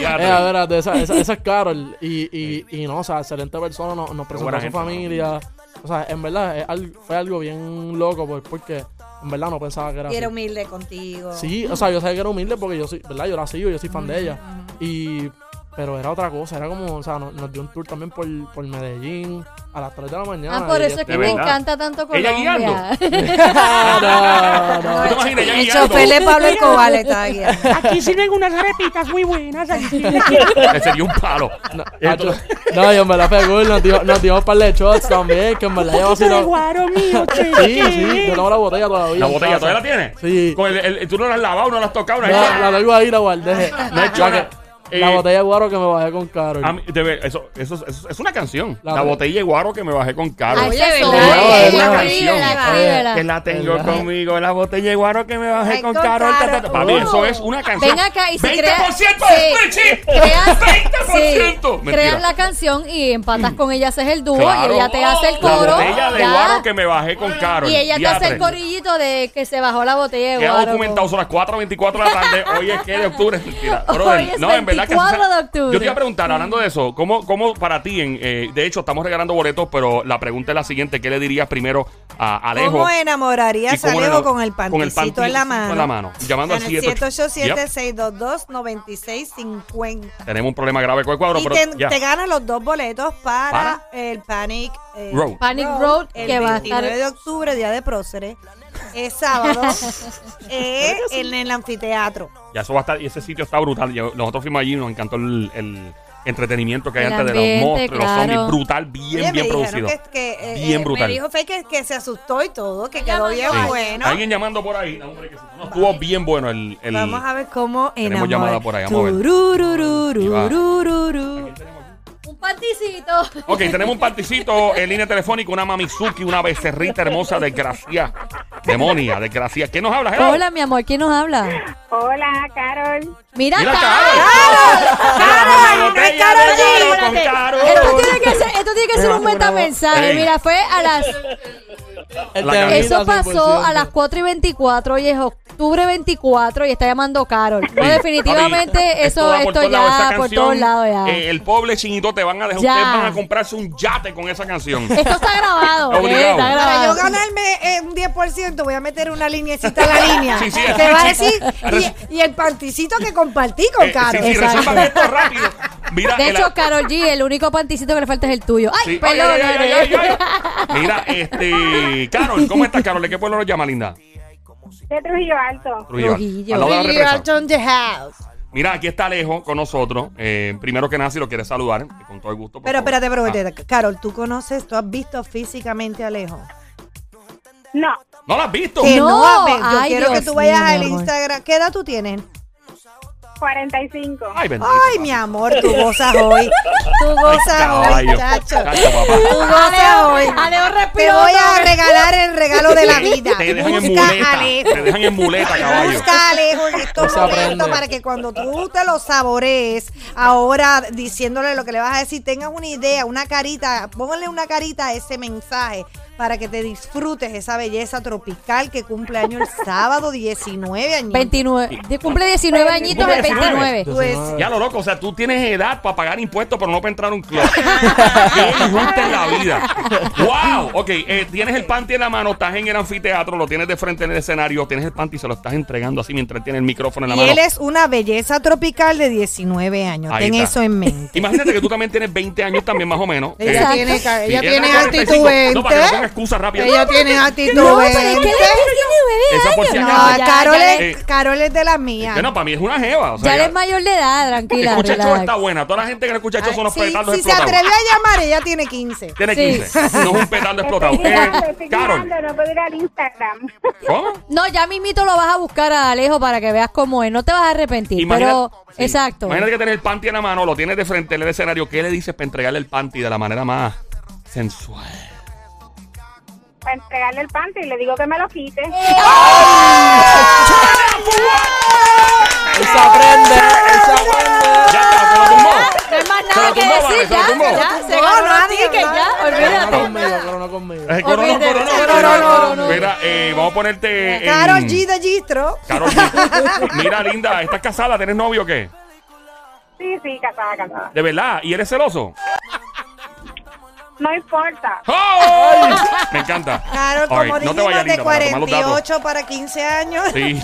Speaker 1: Ya,
Speaker 4: Ea, "Eh, espérate, esa, esa- esa es Carol. Y, y, y no, o sea, excelente persona, nos, nos presentó
Speaker 1: buena
Speaker 4: a su
Speaker 1: gente, ¿no?
Speaker 4: familia. O sea, en verdad es al- fue algo bien loco por- porque en verdad no pensaba que era...
Speaker 3: y
Speaker 4: así.
Speaker 3: era humilde contigo.
Speaker 4: Sí, o sea, yo sabía que era humilde porque yo soy, ¿verdad? Yo la sigo, yo soy fan de ella. Y, pero era otra cosa, era como, o sea, nos, nos dio un tour también por, por Medellín a las 3 de la mañana.
Speaker 2: Ah, por
Speaker 4: y
Speaker 2: eso es
Speaker 1: De
Speaker 2: que me
Speaker 1: verdad.
Speaker 2: encanta tanto
Speaker 1: Ella
Speaker 2: Colombia.
Speaker 1: guiando.
Speaker 4: No, no,
Speaker 1: ¿Tú te imaginas ella
Speaker 3: El
Speaker 1: guiando?
Speaker 3: chofer de Pablo Escobar le estaba guiando.
Speaker 5: Aquí sirven unas arepitas muy buenas. Aquí.
Speaker 1: Le sería un palo.
Speaker 4: no.
Speaker 1: Esto-
Speaker 4: Nacho, No, yo me la pegó nos dio, nos dio un par de shots también, que en verdad yo
Speaker 5: Poquito de
Speaker 4: vaciló.
Speaker 5: guaro mío, che.
Speaker 3: *laughs*
Speaker 4: Sí, sí, yo tengo la botella todavía.
Speaker 1: ¿La
Speaker 4: en
Speaker 1: botella
Speaker 4: casa.
Speaker 1: todavía la tienes?
Speaker 4: Sí.
Speaker 1: Con el, el- tú no la has lavado, no la has tocado, no has hecho-
Speaker 4: No, la tengo ahí, la guardé.
Speaker 2: Ah,
Speaker 1: No he hecho
Speaker 4: La
Speaker 1: nada.
Speaker 4: que- La
Speaker 1: Eh,
Speaker 4: botella de guaro que me bajé con Carol.
Speaker 1: A mí, de ver- eso, eso, eso- eso es una canción. La,
Speaker 4: La-
Speaker 1: botella de guaro que me bajé con Caro.
Speaker 2: Ay,
Speaker 3: Oye,
Speaker 2: qué
Speaker 3: ¿verdad?
Speaker 2: verdad.
Speaker 1: Es una
Speaker 2: Escríbela,
Speaker 1: canción.
Speaker 2: escríbela.
Speaker 1: Que la tengo
Speaker 4: ¿Verdad?
Speaker 1: conmigo, la botella de guaro que me bajé
Speaker 3: Ay,
Speaker 1: con
Speaker 3: con
Speaker 1: Carol.
Speaker 3: Karol.
Speaker 1: ta, ta, ta. Papi,
Speaker 3: Oh.
Speaker 1: eso es una canción.
Speaker 2: Uh. Ven acá y se
Speaker 1: ¡20%
Speaker 2: crea-
Speaker 1: de
Speaker 2: sí, eh,
Speaker 1: *laughs* Spreadsheet!
Speaker 2: creas-
Speaker 1: ¡20%!
Speaker 2: sí,
Speaker 1: Mentira.
Speaker 2: creas la canción y empatas con ella, haces el dúo
Speaker 1: Claro.
Speaker 2: y ella te hace el
Speaker 1: La
Speaker 2: coro.
Speaker 1: botella de
Speaker 2: ya.
Speaker 1: guaro que me bajé con Carol.
Speaker 2: y ella te hace
Speaker 1: Diatre.
Speaker 2: el corillito de que se bajó la botella de
Speaker 1: Queda
Speaker 2: guaro.
Speaker 1: documentado, son las 4.24 de la
Speaker 2: *laughs*
Speaker 1: tarde. Hoy es que de octubre. Mentira.
Speaker 2: Hoy
Speaker 1: Brother,
Speaker 2: es
Speaker 1: no, en verdad que.
Speaker 2: 24 de
Speaker 1: *laughs*
Speaker 2: octubre.
Speaker 1: Yo te iba a preguntar, hablando de eso, ¿cómo, cómo para ti, en, eh, de hecho, estamos regalando boletos, pero la pregunta es la siguiente: ¿qué le dirías primero a *laughs* Alejo?
Speaker 3: ¿Cómo
Speaker 1: y
Speaker 3: enamorarías a
Speaker 1: cómo
Speaker 3: Alejo
Speaker 1: enamor-
Speaker 3: con el panticito en la mano?
Speaker 1: en la mano. Llamando
Speaker 3: en
Speaker 1: al
Speaker 3: el
Speaker 1: 787.
Speaker 3: 787-622-9650.
Speaker 1: Yep. Tenemos un problema grave con el cuadro,
Speaker 3: Y
Speaker 1: pero.
Speaker 3: te,
Speaker 1: ya.
Speaker 3: te ganas los dos boletos para,
Speaker 1: ¿Para?
Speaker 3: el Panic eh,
Speaker 1: Road.
Speaker 2: Panic Road,
Speaker 3: el
Speaker 2: que va a
Speaker 3: 29
Speaker 2: estar
Speaker 3: de octubre, día de próceres. Es
Speaker 2: *laughs*
Speaker 3: sábado eh, en el anfiteatro.
Speaker 1: Ya eso va a estar, y ese sitio está brutal. Yo- nosotros fuimos allí y nos encantó el, el entretenimiento que hay
Speaker 2: El
Speaker 1: antes de los
Speaker 2: ambiente,
Speaker 1: monstruos, los zombies.
Speaker 2: claro.
Speaker 1: Brutal, bien,
Speaker 3: Oye,
Speaker 1: bien
Speaker 3: me
Speaker 1: producido.
Speaker 3: dijeron que, que, eh,
Speaker 1: Bien
Speaker 3: eh,
Speaker 1: brutal.
Speaker 3: Me dijo Fake que, que se asustó y todo, que quedó bien
Speaker 1: Sí.
Speaker 3: bueno.
Speaker 1: Alguien llamando por ahí. No, hombre, que sí. No, estuvo bien bueno el. el-
Speaker 3: Vamos a ver cómo
Speaker 1: Tenemos
Speaker 3: enamora.
Speaker 1: llamada por ahí, vamos a ver. Ahí va.
Speaker 3: Tururururururu.
Speaker 2: un panticito.
Speaker 1: Ok, tenemos un particito en línea telefónica, una mamizuki, una becerrita hermosa de Gracia. Demonia, de Gracia. ¿Qué nos habla, Gerardo?
Speaker 2: Hola, mi amor, ¿quién nos habla?
Speaker 5: Hola, Carol.
Speaker 2: Mira,
Speaker 1: Mira,
Speaker 2: Carol.
Speaker 1: Carol.
Speaker 3: no es
Speaker 1: Carol,
Speaker 3: Carol
Speaker 1: Con
Speaker 2: Esto
Speaker 1: Carol.
Speaker 2: tiene que ser, esto tiene que ser un metamensaje.
Speaker 1: Ey.
Speaker 2: Mira, fue a las.
Speaker 4: El
Speaker 1: la
Speaker 4: de
Speaker 1: camisa
Speaker 4: Anita
Speaker 2: Eso pasó
Speaker 4: 100%.
Speaker 2: a las 4 y 24. Hoy es octubre 24 y está llamando Carol. No,
Speaker 1: Sí,
Speaker 2: definitivamente
Speaker 1: papi,
Speaker 2: eso,
Speaker 1: va por
Speaker 2: esto
Speaker 1: todos lados, esa
Speaker 2: ya por
Speaker 1: canción,
Speaker 2: todos lados ya.
Speaker 1: eh, el pobre chinito te van a dejar.
Speaker 2: Ya.
Speaker 1: Ustedes van a comprarse un yate con esa canción. Eh,
Speaker 2: Esto
Speaker 1: *laughs*
Speaker 2: está grabado. ¿ok?
Speaker 1: Obligado.
Speaker 2: Está
Speaker 3: Para yo
Speaker 2: grabado.
Speaker 3: ganarme eh, un 10%, voy a meter una linecita en la
Speaker 1: *laughs*
Speaker 3: línea.
Speaker 1: Sí, sí,
Speaker 3: Te va a
Speaker 1: sí.
Speaker 3: decir.
Speaker 1: Res-
Speaker 3: Y, y el particito que compartí con
Speaker 1: Eh,
Speaker 3: Carol.
Speaker 1: sí, sí,
Speaker 2: Exacto.
Speaker 1: resuelvan esto rápido. Mira,
Speaker 2: De
Speaker 1: el-
Speaker 2: hecho, Carol G, el único panticito que le falta es el tuyo. Ay,
Speaker 1: Sí. Ay,
Speaker 2: perdón.
Speaker 1: ay, ay,
Speaker 2: nene.
Speaker 1: ay,
Speaker 2: *laughs*
Speaker 1: ay, ay. Mira, este. Carol, ¿cómo estás, Carol? ¿De qué pueblo nos llama, linda?
Speaker 5: De Trujillo Alto.
Speaker 2: Trujillo.
Speaker 1: Al lado de la
Speaker 3: We
Speaker 1: represa.
Speaker 3: are on the house.
Speaker 1: Mira, aquí está Alejo con nosotros. Eh, primero que nada, si lo quieres saludar, eh, con todo el gusto. por
Speaker 3: Pero
Speaker 1: favor.
Speaker 3: espérate, pero
Speaker 1: Ah.
Speaker 3: espérate. Carol, ¿tú conoces, tú has visto físicamente a Alejo?
Speaker 5: No,
Speaker 1: ¿No la has visto?
Speaker 3: Que
Speaker 2: No,
Speaker 3: a ver, yo
Speaker 2: ay,
Speaker 3: quiero que
Speaker 2: Dios
Speaker 3: tú vayas
Speaker 2: mío, mi
Speaker 3: al
Speaker 2: amor.
Speaker 3: Instagram. ¿Qué edad tú tienes?
Speaker 5: 45.
Speaker 1: Ay, bendito.
Speaker 3: Ay, mi amor, tú gozas hoy. Tú gozas hoy,
Speaker 1: caballo.
Speaker 3: chacho.
Speaker 1: Chacho, papá.
Speaker 3: Tú gozas
Speaker 2: Alejo,
Speaker 3: hoy.
Speaker 2: Alejo,
Speaker 3: Te
Speaker 2: respira
Speaker 3: voy
Speaker 2: otra
Speaker 3: a
Speaker 2: vez.
Speaker 3: regalar el regalo de la vida.
Speaker 1: *laughs* Te dejan en
Speaker 3: Busca a
Speaker 1: muleta.
Speaker 3: Alejo.
Speaker 1: Te dejan en muleta, caballo.
Speaker 3: Busca a Alejo en
Speaker 4: No
Speaker 3: estos
Speaker 4: se
Speaker 3: momentos
Speaker 4: aprende.
Speaker 3: para que cuando tú te lo saborees, ahora diciéndole lo que le vas a decir, tengas una idea, una carita, póngale una carita a ese mensaje para que te disfrutes esa belleza tropical que cumple año el sábado 19 años.
Speaker 2: 29. de- Cumple 19 añitos el 29.
Speaker 3: Pues,
Speaker 1: Ya lo loco, o sea, tú tienes edad para pagar impuestos, pero no para entrar a un
Speaker 3: *laughs*
Speaker 1: club. Qué injusta es la vida. ¡Wow! Ok, eh, tienes el panty en la mano, estás en el anfiteatro, lo tienes de frente en el escenario, tienes el panty y se lo estás entregando así mientras tiene el micrófono en la
Speaker 3: y
Speaker 1: mano.
Speaker 3: él es una belleza tropical de 19 años.
Speaker 1: Ahí
Speaker 3: Ten
Speaker 1: está.
Speaker 3: eso en
Speaker 1: *laughs*
Speaker 3: mente.
Speaker 1: Imagínate que tú también tienes 20 años también más o menos.
Speaker 2: Exacto.
Speaker 1: Eh,
Speaker 2: Ella
Speaker 3: *laughs* Ella tiene, ca- ella
Speaker 1: sí,
Speaker 3: tiene
Speaker 1: era 45.
Speaker 3: actitud
Speaker 1: No, para que no ponga
Speaker 3: vente.
Speaker 1: excusa rápida.
Speaker 3: Ella tiene
Speaker 2: No,
Speaker 3: actitud
Speaker 2: pero es que
Speaker 3: vente.
Speaker 2: él es
Speaker 1: Esa por
Speaker 2: 19
Speaker 1: si acaso.
Speaker 2: años.
Speaker 3: No,
Speaker 2: No, ya,
Speaker 3: Carol,
Speaker 2: ya,
Speaker 3: es, Carol es de las mías.
Speaker 1: Bueno, para mí es una jeva. O sea,
Speaker 2: ya
Speaker 1: ya-
Speaker 2: eres mayor de edad,
Speaker 1: el
Speaker 2: tranquila.
Speaker 1: escucha el show
Speaker 2: relax. Ah,
Speaker 1: está buena. Toda la gente que le escucha el show son los
Speaker 3: Si-
Speaker 1: petardos
Speaker 3: si se
Speaker 1: explotados.
Speaker 3: atrevió a llamar, ella
Speaker 1: *laughs*
Speaker 3: tiene 15.
Speaker 1: Tiene
Speaker 2: Sí.
Speaker 1: 15. No es un petardo explotado.
Speaker 5: Estoy mirando,
Speaker 1: Eh,
Speaker 5: estoy
Speaker 1: Carol,
Speaker 5: mirando, no puedo ir al Instagram.
Speaker 1: ¿cómo?
Speaker 2: No, ya mismito lo vas a buscar a Alejo para que veas cómo es. No te vas a arrepentir. pero,
Speaker 1: sí.
Speaker 2: exacto.
Speaker 1: Imagínate que tienes el panty en la mano, lo tienes de frente en el escenario. ¿Qué le dices para entregarle el panty de la manera más sensual?
Speaker 5: Para entregarle el panty y le digo que me lo quite.
Speaker 4: Él se aprende, él se aprende.
Speaker 1: Ya está, se lo tumbó.
Speaker 2: No
Speaker 1: Se lo
Speaker 2: hay más nada que
Speaker 1: tumbó, vale,
Speaker 2: decir.
Speaker 1: se lo
Speaker 2: Ya,
Speaker 1: tumbó.
Speaker 2: ya,
Speaker 3: No,
Speaker 2: se ganó
Speaker 3: nadie,
Speaker 2: los tickets, ya.
Speaker 3: nadie.
Speaker 4: Coronó
Speaker 2: Olvídate.
Speaker 4: conmigo, coronó conmigo.
Speaker 1: Eh, coronó,
Speaker 2: Olvídate,
Speaker 1: coronó,
Speaker 2: coronó,
Speaker 1: coronó.
Speaker 2: coronó.
Speaker 1: Mira, eh, vamos a ponerte. en-
Speaker 3: Carol G de Gistro.
Speaker 1: Carol G. *laughs* Mira, linda, ¿estás casada? ¿Tienes novio o qué?
Speaker 5: Sí, sí, casada, casada.
Speaker 1: ¿De verdad? ¿Y eres celoso?
Speaker 5: No importa.
Speaker 1: ¡Ay! Me encanta.
Speaker 3: Carol,
Speaker 1: All right,
Speaker 3: como
Speaker 1: no te
Speaker 3: dijimos,
Speaker 1: vayas,
Speaker 3: de
Speaker 1: linda, para tomar los datos.
Speaker 3: 48 para 15 años.
Speaker 1: Sí.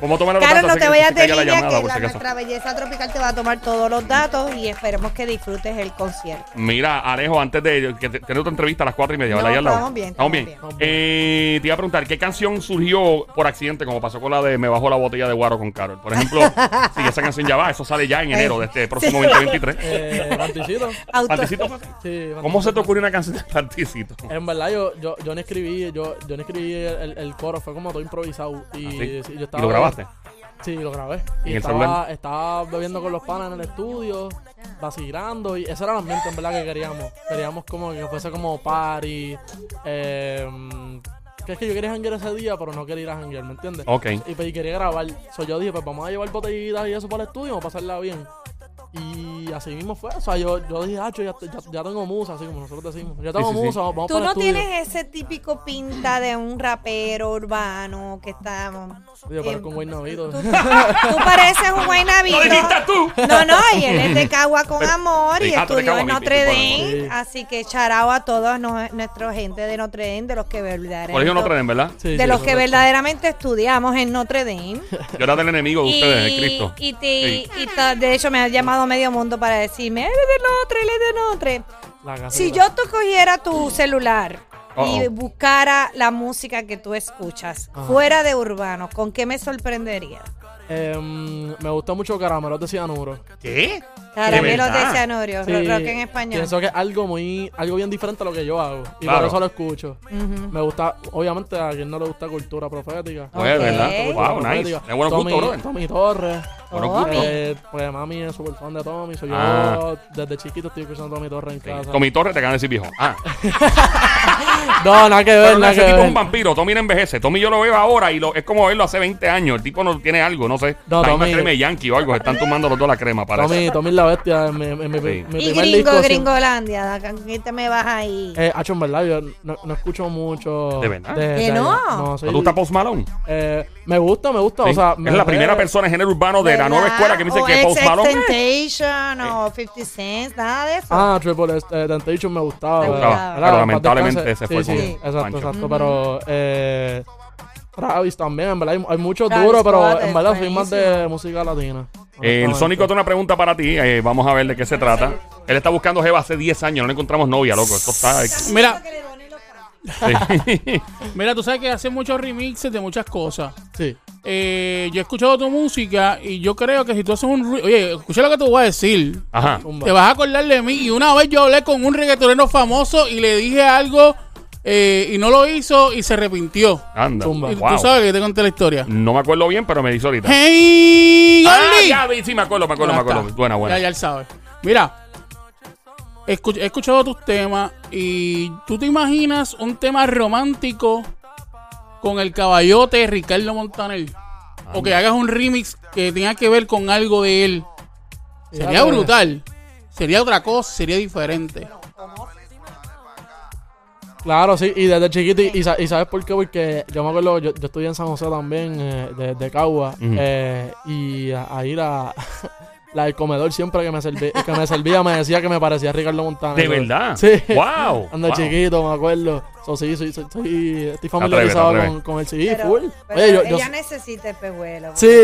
Speaker 1: Como toman los
Speaker 3: Carol,
Speaker 1: datos,
Speaker 3: no
Speaker 1: así
Speaker 3: te
Speaker 1: que
Speaker 3: vayas
Speaker 1: se
Speaker 3: de
Speaker 1: caiga la
Speaker 3: línea,
Speaker 1: llamada,
Speaker 3: que
Speaker 1: por
Speaker 3: la-
Speaker 1: si acaso.
Speaker 3: nuestra belleza tropical te va a tomar todos los datos y esperemos que disfrutes el concierto.
Speaker 1: Mira, Alejo, antes de que te- tener otra entrevista a las 4 y media,
Speaker 3: No,
Speaker 1: ¿verdad? Ahí al lado.
Speaker 3: estamos bien,
Speaker 1: Estamos bien.
Speaker 4: estamos
Speaker 1: Eh, te iba a preguntar, ¿qué canción surgió por accidente, como pasó con la de Me bajó la botella de Guaro con Carol? Por
Speaker 3: *laughs*
Speaker 1: ejemplo, si esa canción ya va, eso sale ya en enero de este próximo 2023. *laughs*
Speaker 4: Eh, Panticito.
Speaker 3: *laughs* Auto-
Speaker 1: Panticito, fue-
Speaker 4: Sí,
Speaker 1: ¿Cómo se te
Speaker 4: Panticito.
Speaker 1: ocurrió una canción de Panticito?
Speaker 4: En verdad, yo, yo, yo no escribí, yo, yo no escribí el, el coro, fue como todo improvisado. Y,
Speaker 1: ¿Ah, ¿Sí?
Speaker 4: sí,
Speaker 1: ¿Y lo grabaste?
Speaker 4: Sí, lo grabé.
Speaker 1: ¿En
Speaker 4: Y
Speaker 1: el
Speaker 4: estaba,
Speaker 1: celular?
Speaker 4: estaba bebiendo con los panas en el estudio, vacilando. Y ese era el ambiente, en verdad, que queríamos. Queríamos como que fuese como party. Eh, que es que yo quería janguear ese día, pero no quería ir a janguear, ¿me entiendes?
Speaker 1: Ok.
Speaker 4: Y, pues, y quería grabar. So, yo dije, pues vamos a llevar botellitas y eso para el estudio, vamos a pasarla bien. Y así mismo fue. O sea, yo, yo dije, ah, yo ya, ya- ya tengo musa, así como nosotros decimos. Ya tengo
Speaker 1: sí, sí.
Speaker 4: musa, vamos
Speaker 3: Tú
Speaker 4: para el
Speaker 3: no
Speaker 4: estudio.
Speaker 3: tienes ese típico pinta de un rapero urbano que está.
Speaker 4: Digo, pero
Speaker 3: eh,
Speaker 4: con buen novito.
Speaker 3: Tú, tú pareces un
Speaker 1: *laughs*
Speaker 3: buen
Speaker 1: ¡Lo dijiste tú!
Speaker 3: No, no, y él es de Cagua con amor y
Speaker 1: Sí, ah, tú eres
Speaker 3: estudió en
Speaker 1: caguamita,
Speaker 3: Notre
Speaker 1: tú, por
Speaker 3: Dame.
Speaker 4: amor. Sí.
Speaker 3: Así que charao a todos nos- nuestra gente de Notre Dame, de los que verdaderamente,
Speaker 1: Colegio no traen, ¿verdad?
Speaker 4: Sí,
Speaker 3: de
Speaker 4: sí,
Speaker 3: los
Speaker 4: eso
Speaker 3: que
Speaker 4: es-
Speaker 3: verdaderamente estudiamos en
Speaker 1: *laughs*
Speaker 3: Notre Dame.
Speaker 1: Yo era del enemigo de ustedes, de Cristo.
Speaker 3: y, te-
Speaker 1: Sí.
Speaker 3: y ta- de hecho me ha llamado medio mundo para decirme, él es de Notre, él es de Notre.
Speaker 4: La casa
Speaker 3: Si
Speaker 4: que la-
Speaker 3: yo te cogiera tu celular y
Speaker 1: Uh-oh.
Speaker 3: buscara la música que tú escuchas
Speaker 4: Ajá.
Speaker 3: fuera de urbano, ¿con qué me sorprendería?
Speaker 4: Em, me gusta mucho Caramelos de Cianuro.
Speaker 1: ¿Qué?
Speaker 3: Caramelos de
Speaker 1: verdad?
Speaker 3: cianurio, ro-
Speaker 4: Sí,
Speaker 3: rock en español.
Speaker 4: Pienso que es algo muy, algo bien diferente a lo que yo hago. Y
Speaker 1: Claro.
Speaker 4: por eso lo escucho.
Speaker 3: Ujú.
Speaker 4: Me gusta, obviamente a quien no le gusta cultura profética.
Speaker 1: Pues,
Speaker 3: Ok.
Speaker 1: ¿verdad?
Speaker 4: Cultura
Speaker 1: Wow, nice.
Speaker 4: profética.
Speaker 1: Es buen gusto,
Speaker 4: Tommy-
Speaker 1: brother.
Speaker 4: Tommy Torres.
Speaker 1: Buenos
Speaker 3: Tommy.
Speaker 1: gustos.
Speaker 4: Eh, pues mami es súper fan de Tommy. Soy
Speaker 1: Ah.
Speaker 4: yo desde chiquito estoy escuchando a Tommy Torres en
Speaker 1: Sí.
Speaker 4: casa.
Speaker 1: Tommy Torres te acaban de decir viejo. Ah,
Speaker 4: No, nada que ver,
Speaker 1: pero no,
Speaker 4: nada que
Speaker 1: ese tipo es un
Speaker 4: ver.
Speaker 1: vampiro. Tommy no envejece. Tommy yo lo veo ahora y lo, es como verlo hace 20 años. El tipo no tiene algo, no sé.
Speaker 4: No,
Speaker 1: la misma
Speaker 4: Tommy-
Speaker 1: crema de Yankee o algo. Se están tomando los dos la crema, parece.
Speaker 4: Tommy, Tommy es la bestia en mi, en mi-
Speaker 1: Sí.
Speaker 4: mi
Speaker 3: Y
Speaker 4: primer
Speaker 3: gringo,
Speaker 4: disco. sí.
Speaker 3: gringolandia, ¿qué te me vas ahí?
Speaker 4: Eh, hacho, en verdad, yo no, no escucho mucho.
Speaker 1: ¿De verdad?
Speaker 4: de-
Speaker 3: ¿Que
Speaker 4: de-
Speaker 3: no?
Speaker 4: No,
Speaker 1: ¿No
Speaker 4: soy-
Speaker 1: te gusta Post Malone?
Speaker 4: Eh, me gusta, me gusta.
Speaker 1: Sí.
Speaker 4: O sea, me
Speaker 1: es la primera
Speaker 4: re-
Speaker 1: persona en género urbano de la nueva escuela que me dice que Post Malone. Eh.
Speaker 3: este. Temptation o 50 Cent, nada de eso.
Speaker 4: Ah, Triple S, eh, Temptation me gustaba.
Speaker 3: Te
Speaker 4: ¿verdad?
Speaker 3: gustaba,
Speaker 4: ¿verdad?
Speaker 1: pero
Speaker 4: Paz
Speaker 1: lamentablemente
Speaker 4: descanse.
Speaker 1: se fue
Speaker 4: Sí,
Speaker 1: con
Speaker 4: sí, exacto,
Speaker 1: Pancho.
Speaker 4: exacto. Pero eh, Travis también, en verdad. Hay, hay mucho
Speaker 3: Travis
Speaker 4: duro, pero
Speaker 3: Scott
Speaker 4: en
Speaker 3: es
Speaker 4: verdad soy más de
Speaker 3: buenísimo.
Speaker 4: música latina.
Speaker 1: Eh, el
Speaker 4: honestamente.
Speaker 1: Sónico tiene una pregunta para ti. eh, vamos a ver de qué se trata. Él está buscando Jeva hace 10 años. No le encontramos novia, loco. Esto está.
Speaker 6: *laughs* Mira,
Speaker 1: Sí.
Speaker 6: mira, tú sabes que hacen muchos remixes de muchas cosas.
Speaker 4: Sí.
Speaker 6: Eh, yo he escuchado tu música y yo creo que si tú haces un... re- Oye, escucha lo que te voy a decir.
Speaker 1: Ajá.
Speaker 4: Zumba.
Speaker 6: Te vas a acordar de mí. Y una vez yo hablé con un reggaetonero famoso y le dije algo eh, y no lo hizo y se arrepintió.
Speaker 1: Anda.
Speaker 4: Zumba.
Speaker 6: Y
Speaker 1: Ah, Wow.
Speaker 6: Tú sabes que te conté la historia.
Speaker 1: No me acuerdo bien, pero me dice ahorita.
Speaker 6: ¡Hey,
Speaker 1: Ah,
Speaker 6: Goldie!
Speaker 1: ya vi, sí, me acuerdo, me acuerdo, me
Speaker 6: Ya
Speaker 1: acuerdo.
Speaker 6: está.
Speaker 1: Buena, buena.
Speaker 6: Ya, ya él sabe. Mira, escu- he escuchado tus temas y tú te imaginas un tema romántico con el caballote de Ricardo Montaner. O que hagas un remix que tenga que ver con algo de él. Sería
Speaker 4: pues.
Speaker 6: brutal. Sería otra cosa, sería diferente.
Speaker 4: Claro, sí, y desde chiquito, y, y sa- y sabes por qué, porque yo me acuerdo, yo, yo estudié en San José también, eh, de, de Cagua, eh, y a- ahí la, *laughs* la del comedor siempre que me, serví- que me servía me decía que me parecía a Ricardo Montana.
Speaker 1: ¿De
Speaker 4: So,
Speaker 1: verdad?
Speaker 4: Sí.
Speaker 1: ¡Wow!
Speaker 4: Ando
Speaker 1: wow.
Speaker 4: chiquito, me acuerdo. So, sí, sí, sí, estoy, estoy familiarizado
Speaker 1: atreves.
Speaker 4: con, con el sí,
Speaker 3: Pero-
Speaker 4: full.
Speaker 3: pero
Speaker 4: Oye, yo, yo-
Speaker 3: ella necesita el pejuelo. *laughs*
Speaker 4: sí, *laughs*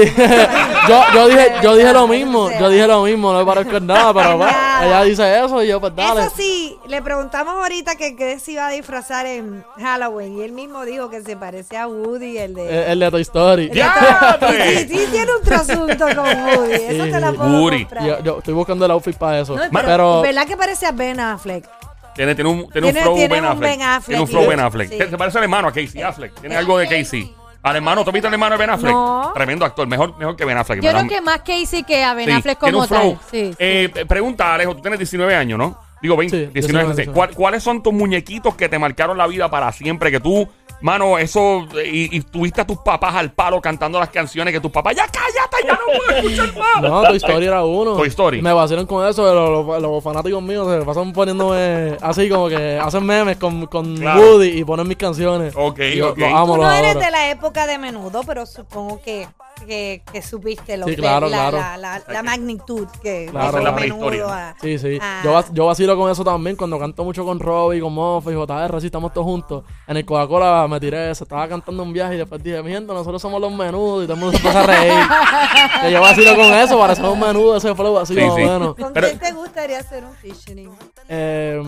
Speaker 4: yo, yo dije, yo dije lo mismo, yo dije lo mismo, no me parezco en
Speaker 3: *laughs*
Speaker 4: nada, pero pues,
Speaker 3: Nada.
Speaker 4: ella dice eso y yo, pues dale.
Speaker 3: Eso sí, le preguntamos ahorita que qué se iba a disfrazar en Halloween y él mismo dijo que se parece a Woody, el de...
Speaker 4: Eh, El de Toy Story.
Speaker 3: Y
Speaker 1: ¡Diatre!
Speaker 3: sí, sí tiene un trasunto con Woody, eso te la puedo
Speaker 1: Woody.
Speaker 3: comprar.
Speaker 4: Yo, yo estoy buscando el outfit para eso.
Speaker 3: No, pero,
Speaker 4: pero
Speaker 3: ¿Verdad que parece a Ben Affleck?
Speaker 1: Tiene, tiene un, tiene un
Speaker 3: Tiene-
Speaker 1: flow
Speaker 3: tiene
Speaker 1: Ben
Speaker 3: un
Speaker 1: Affleck.
Speaker 3: Ben Affleck.
Speaker 1: Tiene un flow
Speaker 3: Sí.
Speaker 1: Ben Affleck.
Speaker 3: Sí.
Speaker 1: Se parece al hermano a
Speaker 2: Eh,
Speaker 1: Casey Affleck. Tiene algo de Casey. Al hermano, ¿tú viste al hermano de Ben Affleck?
Speaker 3: No.
Speaker 1: Tremendo actor. Mejor, mejor que Ben Affleck.
Speaker 2: Yo
Speaker 1: Ben
Speaker 2: creo
Speaker 1: Affleck.
Speaker 2: que más Casey que a Ben
Speaker 1: Sí,
Speaker 2: Affleck
Speaker 1: tiene
Speaker 2: como
Speaker 1: un flow.
Speaker 2: tal. Sí, sí.
Speaker 1: Eh, eh, pregunta, Alejo, tú tienes 19 años, ¿no? Digo 20,
Speaker 4: Sí,
Speaker 1: 19,
Speaker 4: 19,
Speaker 1: sí. ¿Cuál- ¿Cuáles son tus muñequitos que te marcaron la vida para siempre? Que tú, mano, eso, eh, y, y tuviste a tus papás al palo cantando las canciones que tus papás, ya cállate, ya no puedo escuchar más.
Speaker 4: No, Toy Story era uno.
Speaker 1: Toy Story.
Speaker 4: Me vaciaron con eso, pero los, los fanáticos míos se pasan poniéndome así como que hacen memes con, con
Speaker 1: Claro.
Speaker 4: Woody y ponen mis canciones.
Speaker 1: Ok,
Speaker 4: Y yo
Speaker 1: ok.
Speaker 4: Los amo,
Speaker 3: Tú
Speaker 4: los
Speaker 3: no eres
Speaker 4: adoro.
Speaker 3: de la época de menudo, pero supongo que, que, que supiste lo
Speaker 4: Sí,
Speaker 3: que-
Speaker 4: claro,
Speaker 3: la,
Speaker 4: claro.
Speaker 3: la, la, la magnitud que
Speaker 4: Claro,
Speaker 3: hizo
Speaker 4: la
Speaker 1: prehistoria.
Speaker 3: menudo. a-
Speaker 4: Sí, sí.
Speaker 3: a-
Speaker 1: Ah.
Speaker 4: Yo, vac- yo vacilo con eso también cuando canto mucho con Robbie, con Moffa y JR, así estamos todos juntos. En el Coca-Cola me tiré eso, estaba cantando un viaje y después dije, mi gente, nosotros somos los menudos y todo el mundo se empieza
Speaker 1: *laughs*
Speaker 4: a reír. que yo vacilo con eso, parecemos menudos, ese flow así
Speaker 1: Sí,
Speaker 4: más o
Speaker 1: sí.
Speaker 4: menos.
Speaker 3: ¿Con
Speaker 1: Pero-
Speaker 3: quién te gustaría hacer un featuring?
Speaker 4: Eh,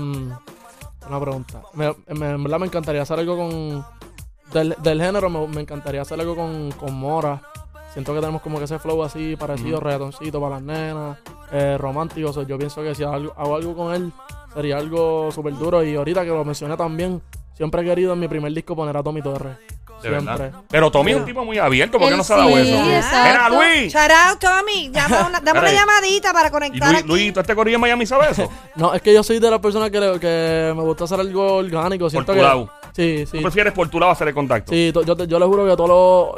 Speaker 4: una pregunta. Me, me- en verdad me encantaría hacer algo con. Del, del género, me, me encantaría hacer algo con, con Mora. Siento que tenemos como que ese flow así, parecido, reggaetoncito para las nenas, eh, romántico. O sea, yo pienso que si hago, hago algo con él, sería algo súper duro. Y ahorita que lo mencioné también, siempre he querido en mi primer disco poner a Tommy Torres.
Speaker 1: De
Speaker 4: siempre.
Speaker 1: verdad. Pero Tommy es un tipo muy abierto, ¿por qué
Speaker 2: Él
Speaker 1: no se ha dado
Speaker 2: sí,
Speaker 1: eso? Mira,
Speaker 2: exacto.
Speaker 1: Luis.
Speaker 3: Shout out, Tommy. Llama una, dame una
Speaker 1: Espera ahí.
Speaker 3: llamadita para
Speaker 1: Y
Speaker 3: conectar
Speaker 1: Luis,
Speaker 3: aquí.
Speaker 1: Luis, ¿tú este corillo en Miami sabe eso?
Speaker 4: No, es que yo soy de las personas que, le- que me gusta hacer algo orgánico. Siento
Speaker 1: tu
Speaker 4: que.
Speaker 1: lado. Ah, pues
Speaker 4: Sí, sí.
Speaker 1: ¿Tú prefieres por tu lado hacer el contacto?
Speaker 4: Sí, to- yo, te- yo les juro que todos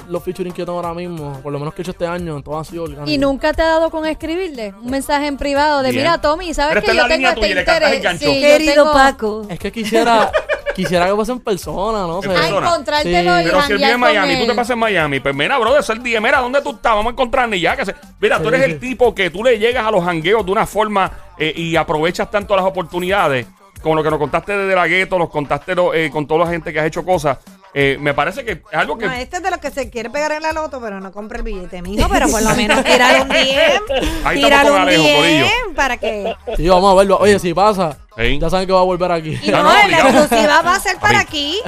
Speaker 4: los, los featuring que yo tengo ahora mismo, por lo menos que he hecho este año, todos han sido orgánicos.
Speaker 2: Y nunca te ha dado con escribirle un mensaje en privado de,
Speaker 1: Bien.
Speaker 2: mira, Tommy,
Speaker 1: Pero
Speaker 2: ¿sabes
Speaker 1: está
Speaker 2: que
Speaker 1: en
Speaker 2: yo
Speaker 1: la
Speaker 2: tengo
Speaker 1: línea
Speaker 2: este
Speaker 1: tuya y le cantas el
Speaker 2: interés?
Speaker 1: gancho.
Speaker 2: Sí, yo tengo-
Speaker 4: Es que quisiera, *laughs* quisiera que fuese en persona, no sé.
Speaker 1: En
Speaker 2: A
Speaker 1: persona.
Speaker 2: encontrártelo
Speaker 4: Sí.
Speaker 2: y
Speaker 1: Pero si él vive
Speaker 2: janguear
Speaker 1: en
Speaker 2: con
Speaker 1: Miami, tú
Speaker 2: él.
Speaker 1: te pasas en Miami, pues mira, brother, es el día, mira, ¿dónde tú estás? Vamos a encontrarnos y ya. Que se... Mira, tú
Speaker 4: Sí,
Speaker 1: eres el
Speaker 4: sí.
Speaker 1: tipo que tú le llegas a los jangueos de una forma eh, y aprovechas tanto las oportunidades, como lo que nos contaste de la gueto, los contaste lo- eh, con toda la gente que has hecho cosas. Eh, me parece que es algo que...
Speaker 3: No, este es de los que se quiere pegar en la loto, pero no compra el billete, mijo. Pero por lo menos
Speaker 1: *laughs*
Speaker 3: tirar un DM.
Speaker 1: Ahí
Speaker 3: Tirar
Speaker 1: estamos con
Speaker 3: un
Speaker 1: Alejo, corillo.
Speaker 3: DM para que.
Speaker 4: Sí, vamos a verlo. Oye, si pasa,
Speaker 1: Sí.
Speaker 4: ya saben que va a volver aquí.
Speaker 3: Y
Speaker 1: No,
Speaker 3: no,
Speaker 1: no,
Speaker 3: la
Speaker 1: obligado.
Speaker 3: exclusiva va a ser para
Speaker 1: A mí.
Speaker 3: aquí.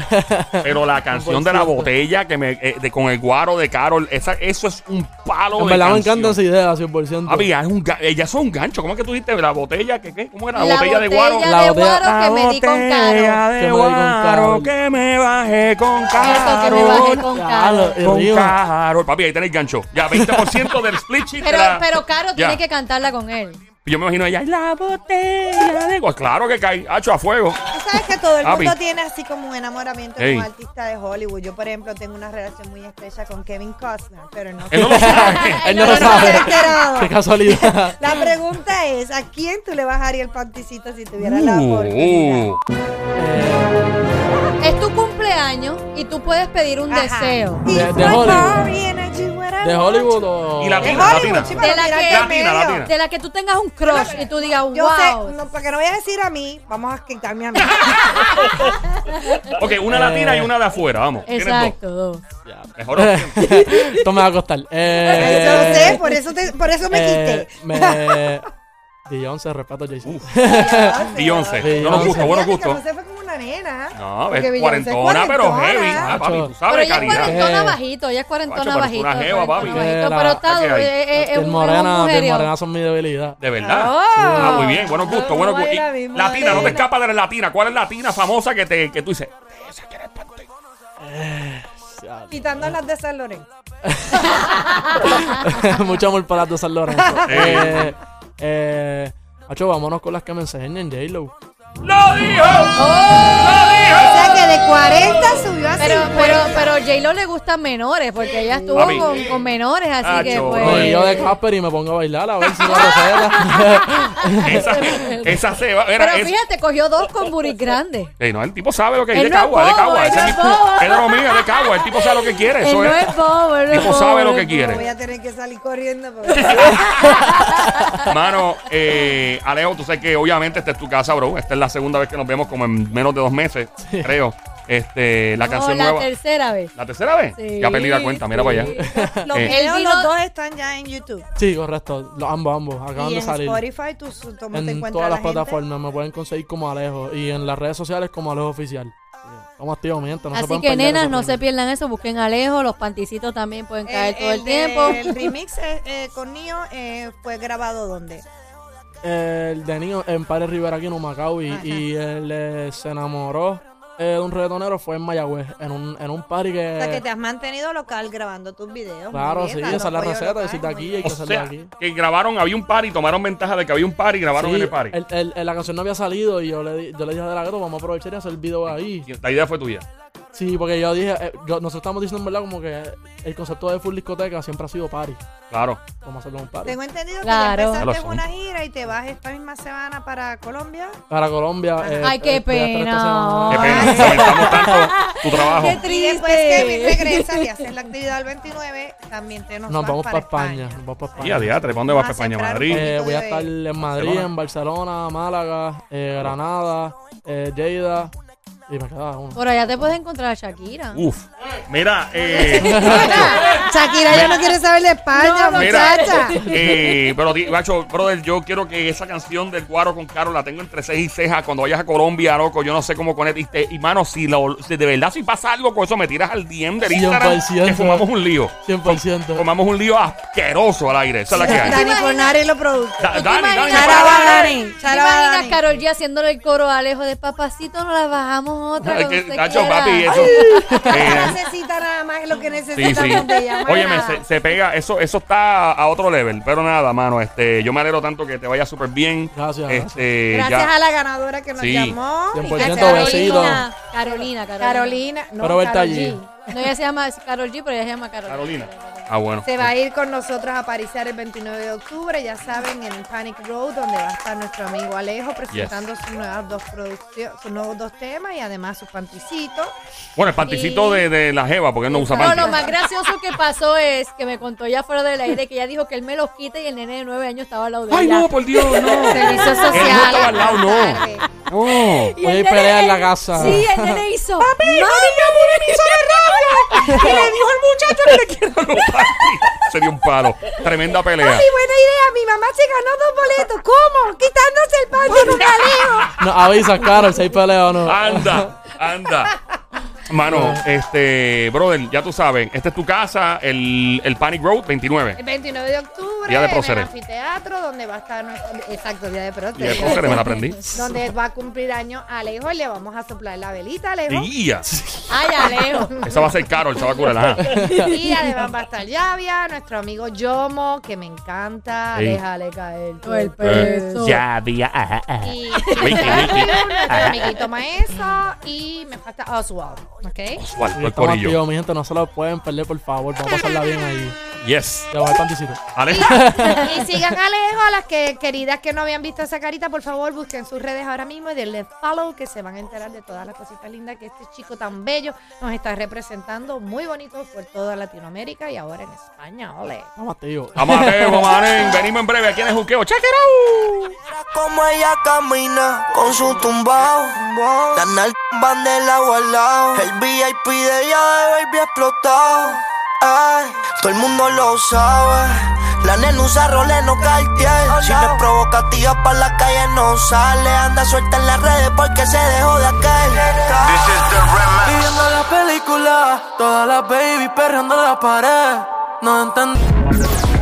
Speaker 1: Pero la canción de la botella que me, eh, de- con el guaro de Carol, esa, eso es un palo
Speaker 4: *laughs* En
Speaker 1: de
Speaker 4: verdad me
Speaker 1: canción.
Speaker 4: encanta esa idea, 100%.
Speaker 1: Papi, ya es un, ga- eh, ya eso es un gancho. ¿Cómo es que tú dijiste? La botella, que qué? ¿Cómo era? La,
Speaker 2: La
Speaker 1: botella, de guaro.
Speaker 2: botella
Speaker 4: La
Speaker 2: de
Speaker 4: botella-
Speaker 2: guaro que me di con caro.
Speaker 4: Que me di con Carol.
Speaker 1: que me bajé con
Speaker 2: Eso, que me bajé con
Speaker 4: Claro,
Speaker 2: caro.
Speaker 4: y
Speaker 1: Con
Speaker 4: rima.
Speaker 1: Carol. Papi, ahí tenés el gancho. Ya, 20% del split sheet.
Speaker 2: Pero,
Speaker 1: de la-
Speaker 2: pero Caro
Speaker 1: Ya.
Speaker 2: tiene que cantarla con él.
Speaker 1: Yo me imagino allá. La botella de guaro. Claro que cae. Hacho a fuego.
Speaker 3: Tú sabes que todo el
Speaker 1: Papi.
Speaker 3: mundo tiene así como un enamoramiento
Speaker 1: Ey.
Speaker 3: con artistas de Hollywood. Yo, por ejemplo, tengo una relación muy estrecha con Kevin Costner, pero no
Speaker 1: Él no lo sabe.
Speaker 2: *laughs*
Speaker 4: Él no lo
Speaker 3: No, no,
Speaker 4: sabe.
Speaker 3: se ha enterado.
Speaker 4: *laughs* Qué casualidad.
Speaker 3: *laughs* La pregunta es, ¿a quién tú le bajarías el panticito si tuvieras la oportunidad?
Speaker 1: Uh, uh.
Speaker 2: Es tu cumpleaños y tú puedes pedir un
Speaker 3: Ajá.
Speaker 2: deseo.
Speaker 3: If
Speaker 4: De- de
Speaker 3: my
Speaker 4: Hollywood.
Speaker 3: body energy were a
Speaker 4: ¿De
Speaker 3: match.
Speaker 4: Hollywood o...?
Speaker 1: Y la
Speaker 3: De
Speaker 1: Latina, latina.
Speaker 3: Hollywood, sí,
Speaker 2: De
Speaker 3: pero
Speaker 2: la
Speaker 3: mira
Speaker 2: que-
Speaker 3: que
Speaker 1: Latina,
Speaker 3: medio.
Speaker 1: latina.
Speaker 2: De la que tú tengas un crush y tú digas,
Speaker 3: Yo
Speaker 2: wow.
Speaker 3: sé, no, porque no voy a decir a mí, vamos a quitarme
Speaker 1: *laughs*
Speaker 3: a mí.
Speaker 1: Ok,
Speaker 4: Eh.
Speaker 1: una latina y una de afuera. Vamos. Tienes dos.
Speaker 2: Exacto, dos.
Speaker 1: Mejor
Speaker 4: *laughs*
Speaker 1: opción.
Speaker 4: Esto me va a costar. Eh,
Speaker 3: Eso lo sé, por eso, te- por eso me
Speaker 4: eh,
Speaker 3: quité. *laughs*
Speaker 4: Me... Beyoncé, respeto, Jay-Z.
Speaker 1: Beyoncé.
Speaker 4: Beyoncé.
Speaker 1: No nos gusta,
Speaker 3: Fíjate
Speaker 1: buenos
Speaker 3: que
Speaker 1: gustos.
Speaker 3: Beyoncé fue como una nena.
Speaker 1: No,
Speaker 3: Porque
Speaker 1: es
Speaker 3: Beyoncé
Speaker 1: cuarentona, pero heavy. Ah, papi, tú
Speaker 2: Pero
Speaker 1: sabes
Speaker 2: ella es
Speaker 1: calidad.
Speaker 2: cuarentona
Speaker 4: Eh.
Speaker 2: bajito, ella es
Speaker 1: Guacho,
Speaker 2: cuarentona
Speaker 1: pero
Speaker 2: bajito.
Speaker 1: fue una jeva,
Speaker 2: cuarentona
Speaker 1: papi.
Speaker 2: bajito,
Speaker 4: Era-
Speaker 2: Pero está,
Speaker 1: ¿qué hay?
Speaker 2: eh, eh, es
Speaker 4: Piel
Speaker 2: un
Speaker 4: morena, piel
Speaker 2: mujerio.
Speaker 4: morena son mi debilidad.
Speaker 1: De verdad.
Speaker 3: Oh.
Speaker 1: Ah, muy bien. Buenos gustos.
Speaker 3: No,
Speaker 1: buenos
Speaker 3: no
Speaker 1: gustos.
Speaker 3: baila
Speaker 1: Y
Speaker 3: mi madre.
Speaker 1: latina, no te escapas de la latina. ¿Cuál es la latina famosa que, te, que tú dices?
Speaker 3: Quitando las de San Lorenzo.
Speaker 4: *laughs* Mucho amor para las de San Lorenzo. eh, eh, Hacho, vámonos con las que me enseñen, J-Lo.
Speaker 3: Pues-
Speaker 1: ¡Lo dijo!
Speaker 3: O sea que de 40 subió a
Speaker 2: Pero,
Speaker 3: 50.
Speaker 2: pero, pero J-Lo le gustan menores, porque ella estuvo
Speaker 1: Papi.
Speaker 2: con, con menores, así
Speaker 1: Ah,
Speaker 2: que
Speaker 1: chorro.
Speaker 2: pues.
Speaker 4: No, y yo de Casper y me pongo a bailar a ver si no lo sé.
Speaker 1: Esa,
Speaker 2: *laughs*
Speaker 1: esa se va. Era,
Speaker 2: Pero
Speaker 1: es-
Speaker 2: fíjate, cogió dos con buris grandes.
Speaker 1: Ey, no, el tipo sabe lo que es
Speaker 2: Él
Speaker 1: de
Speaker 2: no es
Speaker 1: cagua, de
Speaker 2: bobo,
Speaker 1: cagua.
Speaker 2: él
Speaker 1: Ese
Speaker 2: no
Speaker 1: es
Speaker 2: es
Speaker 1: mi-
Speaker 2: bobo.
Speaker 1: es de lo mío, es de cagua. El tipo sabe lo que quiere.
Speaker 2: Él
Speaker 1: Eso
Speaker 2: no
Speaker 1: es.
Speaker 2: es bobo, él no
Speaker 1: El
Speaker 2: es
Speaker 1: tipo
Speaker 2: bobo,
Speaker 1: sabe lo
Speaker 2: él
Speaker 1: que
Speaker 2: es
Speaker 1: quiere.
Speaker 3: Voy a tener que salir corriendo. porque-
Speaker 4: *laughs*
Speaker 1: Mano, eh, Alejo, tú sabes que obviamente esta es tu casa, bro. Esta es la segunda vez que nos vemos como en menos de dos meses, creo. Este, la
Speaker 2: bobo.
Speaker 1: canción
Speaker 2: No,
Speaker 1: nueva.
Speaker 2: La tercera vez.
Speaker 1: ¿La tercera vez?
Speaker 2: Sí,
Speaker 1: ya perdí la cuenta, mira
Speaker 2: sí.
Speaker 1: para allá.
Speaker 2: *laughs*
Speaker 3: Los
Speaker 1: Eh.
Speaker 3: videos,
Speaker 2: Él vino-
Speaker 3: los dos están ya en YouTube.
Speaker 4: *laughs* sí, correcto. Los, ambos, ambos. Acaban
Speaker 3: Y
Speaker 4: de
Speaker 3: en
Speaker 4: salir.
Speaker 3: Spotify, tú su- cómo te
Speaker 4: En
Speaker 3: encuentras
Speaker 4: todas
Speaker 3: la
Speaker 4: las
Speaker 3: gente?
Speaker 4: plataformas me pueden conseguir como Alejo. Y en las redes sociales como Alejo Oficial. Estamos activos, mi gente. No se
Speaker 2: Así
Speaker 4: pueden
Speaker 2: que,
Speaker 4: perder
Speaker 2: nenas,
Speaker 4: esos
Speaker 2: no se
Speaker 4: premios.
Speaker 2: pierdan eso. Busquen Alejo, los panticitos también pueden caer todo el,
Speaker 3: de-
Speaker 2: tiempo. *laughs*
Speaker 3: El remix eh, eh, con Nio eh, fue grabado ¿dónde?
Speaker 4: El de Nino en Padre Rivera aquí en Humacao y, y él eh, se enamoró eh, de un reggaetonero fue en Mayagüez, en un, en un party que...
Speaker 3: O sea, que te has mantenido local grabando tus videos.
Speaker 4: Eh.
Speaker 2: Pues
Speaker 4: Claro,
Speaker 3: Muy bien,
Speaker 4: sí,
Speaker 3: dando
Speaker 4: esa es la
Speaker 3: apoyo
Speaker 4: receta,
Speaker 3: local,
Speaker 4: decir de
Speaker 3: muy
Speaker 4: aquí
Speaker 3: bien.
Speaker 4: hay que
Speaker 1: O
Speaker 4: hacerlo de
Speaker 1: sea,
Speaker 4: aquí.
Speaker 1: que grabaron, había un party, tomaron ventaja de que había un party y grabaron
Speaker 4: Sí,
Speaker 1: en el party.
Speaker 4: el- el- el- la canción no había salido y yo le, di- yo le dije a De La Ghetto, vamos a aprovechar y hacer el video ahí.
Speaker 1: Y La idea fue tuya.
Speaker 4: Sí, porque yo dije, eh, yo- nosotros estamos diciendo en verdad como que el concepto de full discoteca siempre ha sido party.
Speaker 1: Claro.
Speaker 4: Vamos a hacerlo un party.
Speaker 3: Tengo entendido
Speaker 2: Claro.
Speaker 3: que ya
Speaker 1: Ya lo
Speaker 3: empezaste
Speaker 1: son.
Speaker 3: una gira y te vas esta misma semana para Colombia.
Speaker 4: Para Colombia... eh,
Speaker 2: Ay, qué
Speaker 4: eh, voy a estar esta
Speaker 2: pena.
Speaker 4: semana.
Speaker 1: Qué pena,
Speaker 3: Ay.
Speaker 1: lamentamos tanto tu trabajo.
Speaker 2: Qué
Speaker 3: Y después que
Speaker 2: triste.
Speaker 3: regresas y haces la actividad el 29, también te nos,
Speaker 4: Nos
Speaker 3: vas
Speaker 4: vamos para España. Nos vamos para España.
Speaker 1: Y a diatre, ¿para dónde vas?
Speaker 3: Vas
Speaker 1: ¿Para
Speaker 3: a
Speaker 1: España,
Speaker 3: sembrar
Speaker 1: Madrid?
Speaker 4: Eh,
Speaker 3: Poquito
Speaker 4: voy a
Speaker 3: de
Speaker 4: estar en Madrid, en Barcelona, Málaga, eh, Granada, eh, Lleida y me queda uno.
Speaker 2: Por allá te puedes encontrar a Shakira. *laughs*
Speaker 1: Uf. Mira, eh,
Speaker 3: Shakira ya no quiere saber de España,
Speaker 1: mira,
Speaker 3: muchacha.
Speaker 1: eh, pero di- macho, brother, yo quiero que esa canción del Guaro con Caro la tengo entre ceja y ceja cuando vayas a Colombia, loco. Yo no sé cómo conectiste. Y mano, si, lo- si de verdad si pasa algo con eso, me tiras al DM del Instagram
Speaker 4: 100%.
Speaker 1: que fumamos un lío.
Speaker 4: 100%.
Speaker 1: Fumamos un lío asqueroso al aire. Esa es la que hay.
Speaker 3: Dani Fornari lo produce.
Speaker 1: Da-
Speaker 2: ¿Tú te
Speaker 1: Dani, Dani,
Speaker 2: imaginas-
Speaker 1: para-
Speaker 3: Charaba, Dani,
Speaker 2: ¿Tú te
Speaker 3: charaba,
Speaker 2: imaginas
Speaker 3: Dani.
Speaker 2: Carol G haciéndole el coro a Alejo de papacito? Nos la bajamos otra.
Speaker 1: Ay,
Speaker 2: cuando
Speaker 1: que-
Speaker 2: usted
Speaker 1: Nacho,
Speaker 2: quiera"?
Speaker 1: papi, eso.
Speaker 3: Ella *laughs*
Speaker 1: Eh,
Speaker 3: necesita nada más lo que necesita
Speaker 1: Sí, sí.
Speaker 3: donde ella más
Speaker 1: Óyeme,
Speaker 3: nada.
Speaker 1: se, se pega, eso, eso está a otro level. Pero nada, mano, este, yo me alegro tanto que te vaya súper bien.
Speaker 4: Gracias,
Speaker 1: Este,
Speaker 3: Gracias
Speaker 1: ya.
Speaker 3: a la ganadora que nos
Speaker 1: Sí.
Speaker 3: llamó.
Speaker 2: Ay,
Speaker 4: 100%
Speaker 3: Carolina.
Speaker 4: besito.
Speaker 2: Carolina, Carolina, Carolina.
Speaker 3: Carolina, no,
Speaker 4: Roberta
Speaker 3: Carol
Speaker 4: allí.
Speaker 3: G.
Speaker 2: No, ella se llama Carol G, pero ella se llama Carolina.
Speaker 1: Carolina. Ah, bueno.
Speaker 3: Se va a ir con nosotros a Parizar el 29 de octubre, ya saben, en Panic Road, donde va a estar nuestro amigo Alejo presentando sus, nuevas dos produccio- sus nuevos dos temas y además sus panticitos.
Speaker 1: Bueno, el panticito
Speaker 2: Y-
Speaker 1: de, de la Jeva, porque él no usa
Speaker 2: No, lo
Speaker 1: panty.
Speaker 2: más gracioso que pasó es que me contó ya fuera del aire que ella dijo que él me los quita y el nene de nueve años estaba al lado de
Speaker 1: Ay,
Speaker 2: ella.
Speaker 1: no, por Dios,
Speaker 3: *laughs*
Speaker 1: no.
Speaker 2: Servicios
Speaker 1: Él no
Speaker 2: sociales.
Speaker 1: estaba al lado, no. *laughs*
Speaker 3: Tarde.
Speaker 1: No.
Speaker 2: Y
Speaker 4: Voy a
Speaker 2: el
Speaker 4: ir
Speaker 2: nene-
Speaker 4: pelea en la casa.
Speaker 2: Sí, el
Speaker 4: *laughs*
Speaker 2: nene hizo. ¡Papi!
Speaker 1: Y le dijo al muchacho que le quiero los panties. Sería un palo. Tremenda pelea.
Speaker 3: buena idea, mi mamá se ganó dos boletos. ¿Cómo? Quitándose el panty con Alejo.
Speaker 4: Nos avisa, Carol, si hay pelea o no.
Speaker 1: Ah, Anda, anda. Mano, este, brother, ya tú sabes, esta es tu casa, el, el Panic Road 29.
Speaker 3: El 29 de octubre,
Speaker 1: Día de
Speaker 3: en
Speaker 1: próceres.
Speaker 3: el anfiteatro, donde va a estar nuestro... Exacto, día de
Speaker 1: Y de
Speaker 3: próceres.
Speaker 1: próceres me la aprendí.
Speaker 3: donde va a cumplir años Alejo y le vamos a soplar la velita, Alejo.
Speaker 1: Día.
Speaker 2: Ay, Alejo.
Speaker 1: Esa va a ser Carol, esa va a curar. Ajá.
Speaker 3: Y además va a estar Yavia, nuestro amigo Yomo, que me encanta.
Speaker 1: Ey.
Speaker 3: Déjale caer todo el
Speaker 2: Eso.
Speaker 1: Eh, Ya había. ajá, ajá.
Speaker 3: Y
Speaker 1: Wiki, wiki.
Speaker 3: nuestro amiguito Maeso y me falta Oswald, ¿ok?
Speaker 1: Oswaldo, el
Speaker 4: Estamos
Speaker 1: corillo.
Speaker 4: activos, mi gente, no se lo pueden perder, por favor. Vamos a pasarla bien ahí.
Speaker 1: Yes.
Speaker 4: Te voy al panticito.
Speaker 1: Ale.
Speaker 3: Y sigan a Alejo, a las que queridas que no habían visto esa carita, por favor busquen sus redes ahora mismo y denle follow que se van a enterar de todas las cositas lindas que este chico tan bello nos está representando muy bonito por toda Latinoamérica y ahora en España, ole.
Speaker 4: Vamos activos.
Speaker 1: Amateo, manen. Venimos en breve aquí en el juqueo. Check it out.
Speaker 7: Como ella camina con su tumbao. Las nalgas van del lado al lado. El VIP de ella de baby explotado. Ay, todo el mundo lo sabe. La nena usa roles, no cartier. Si no es provocativa pa' la calle no sale. Anda suelta en las redes porque se dejó de aquel.
Speaker 8: Viviendo la película, todas las baby perreando la pared. No entendí.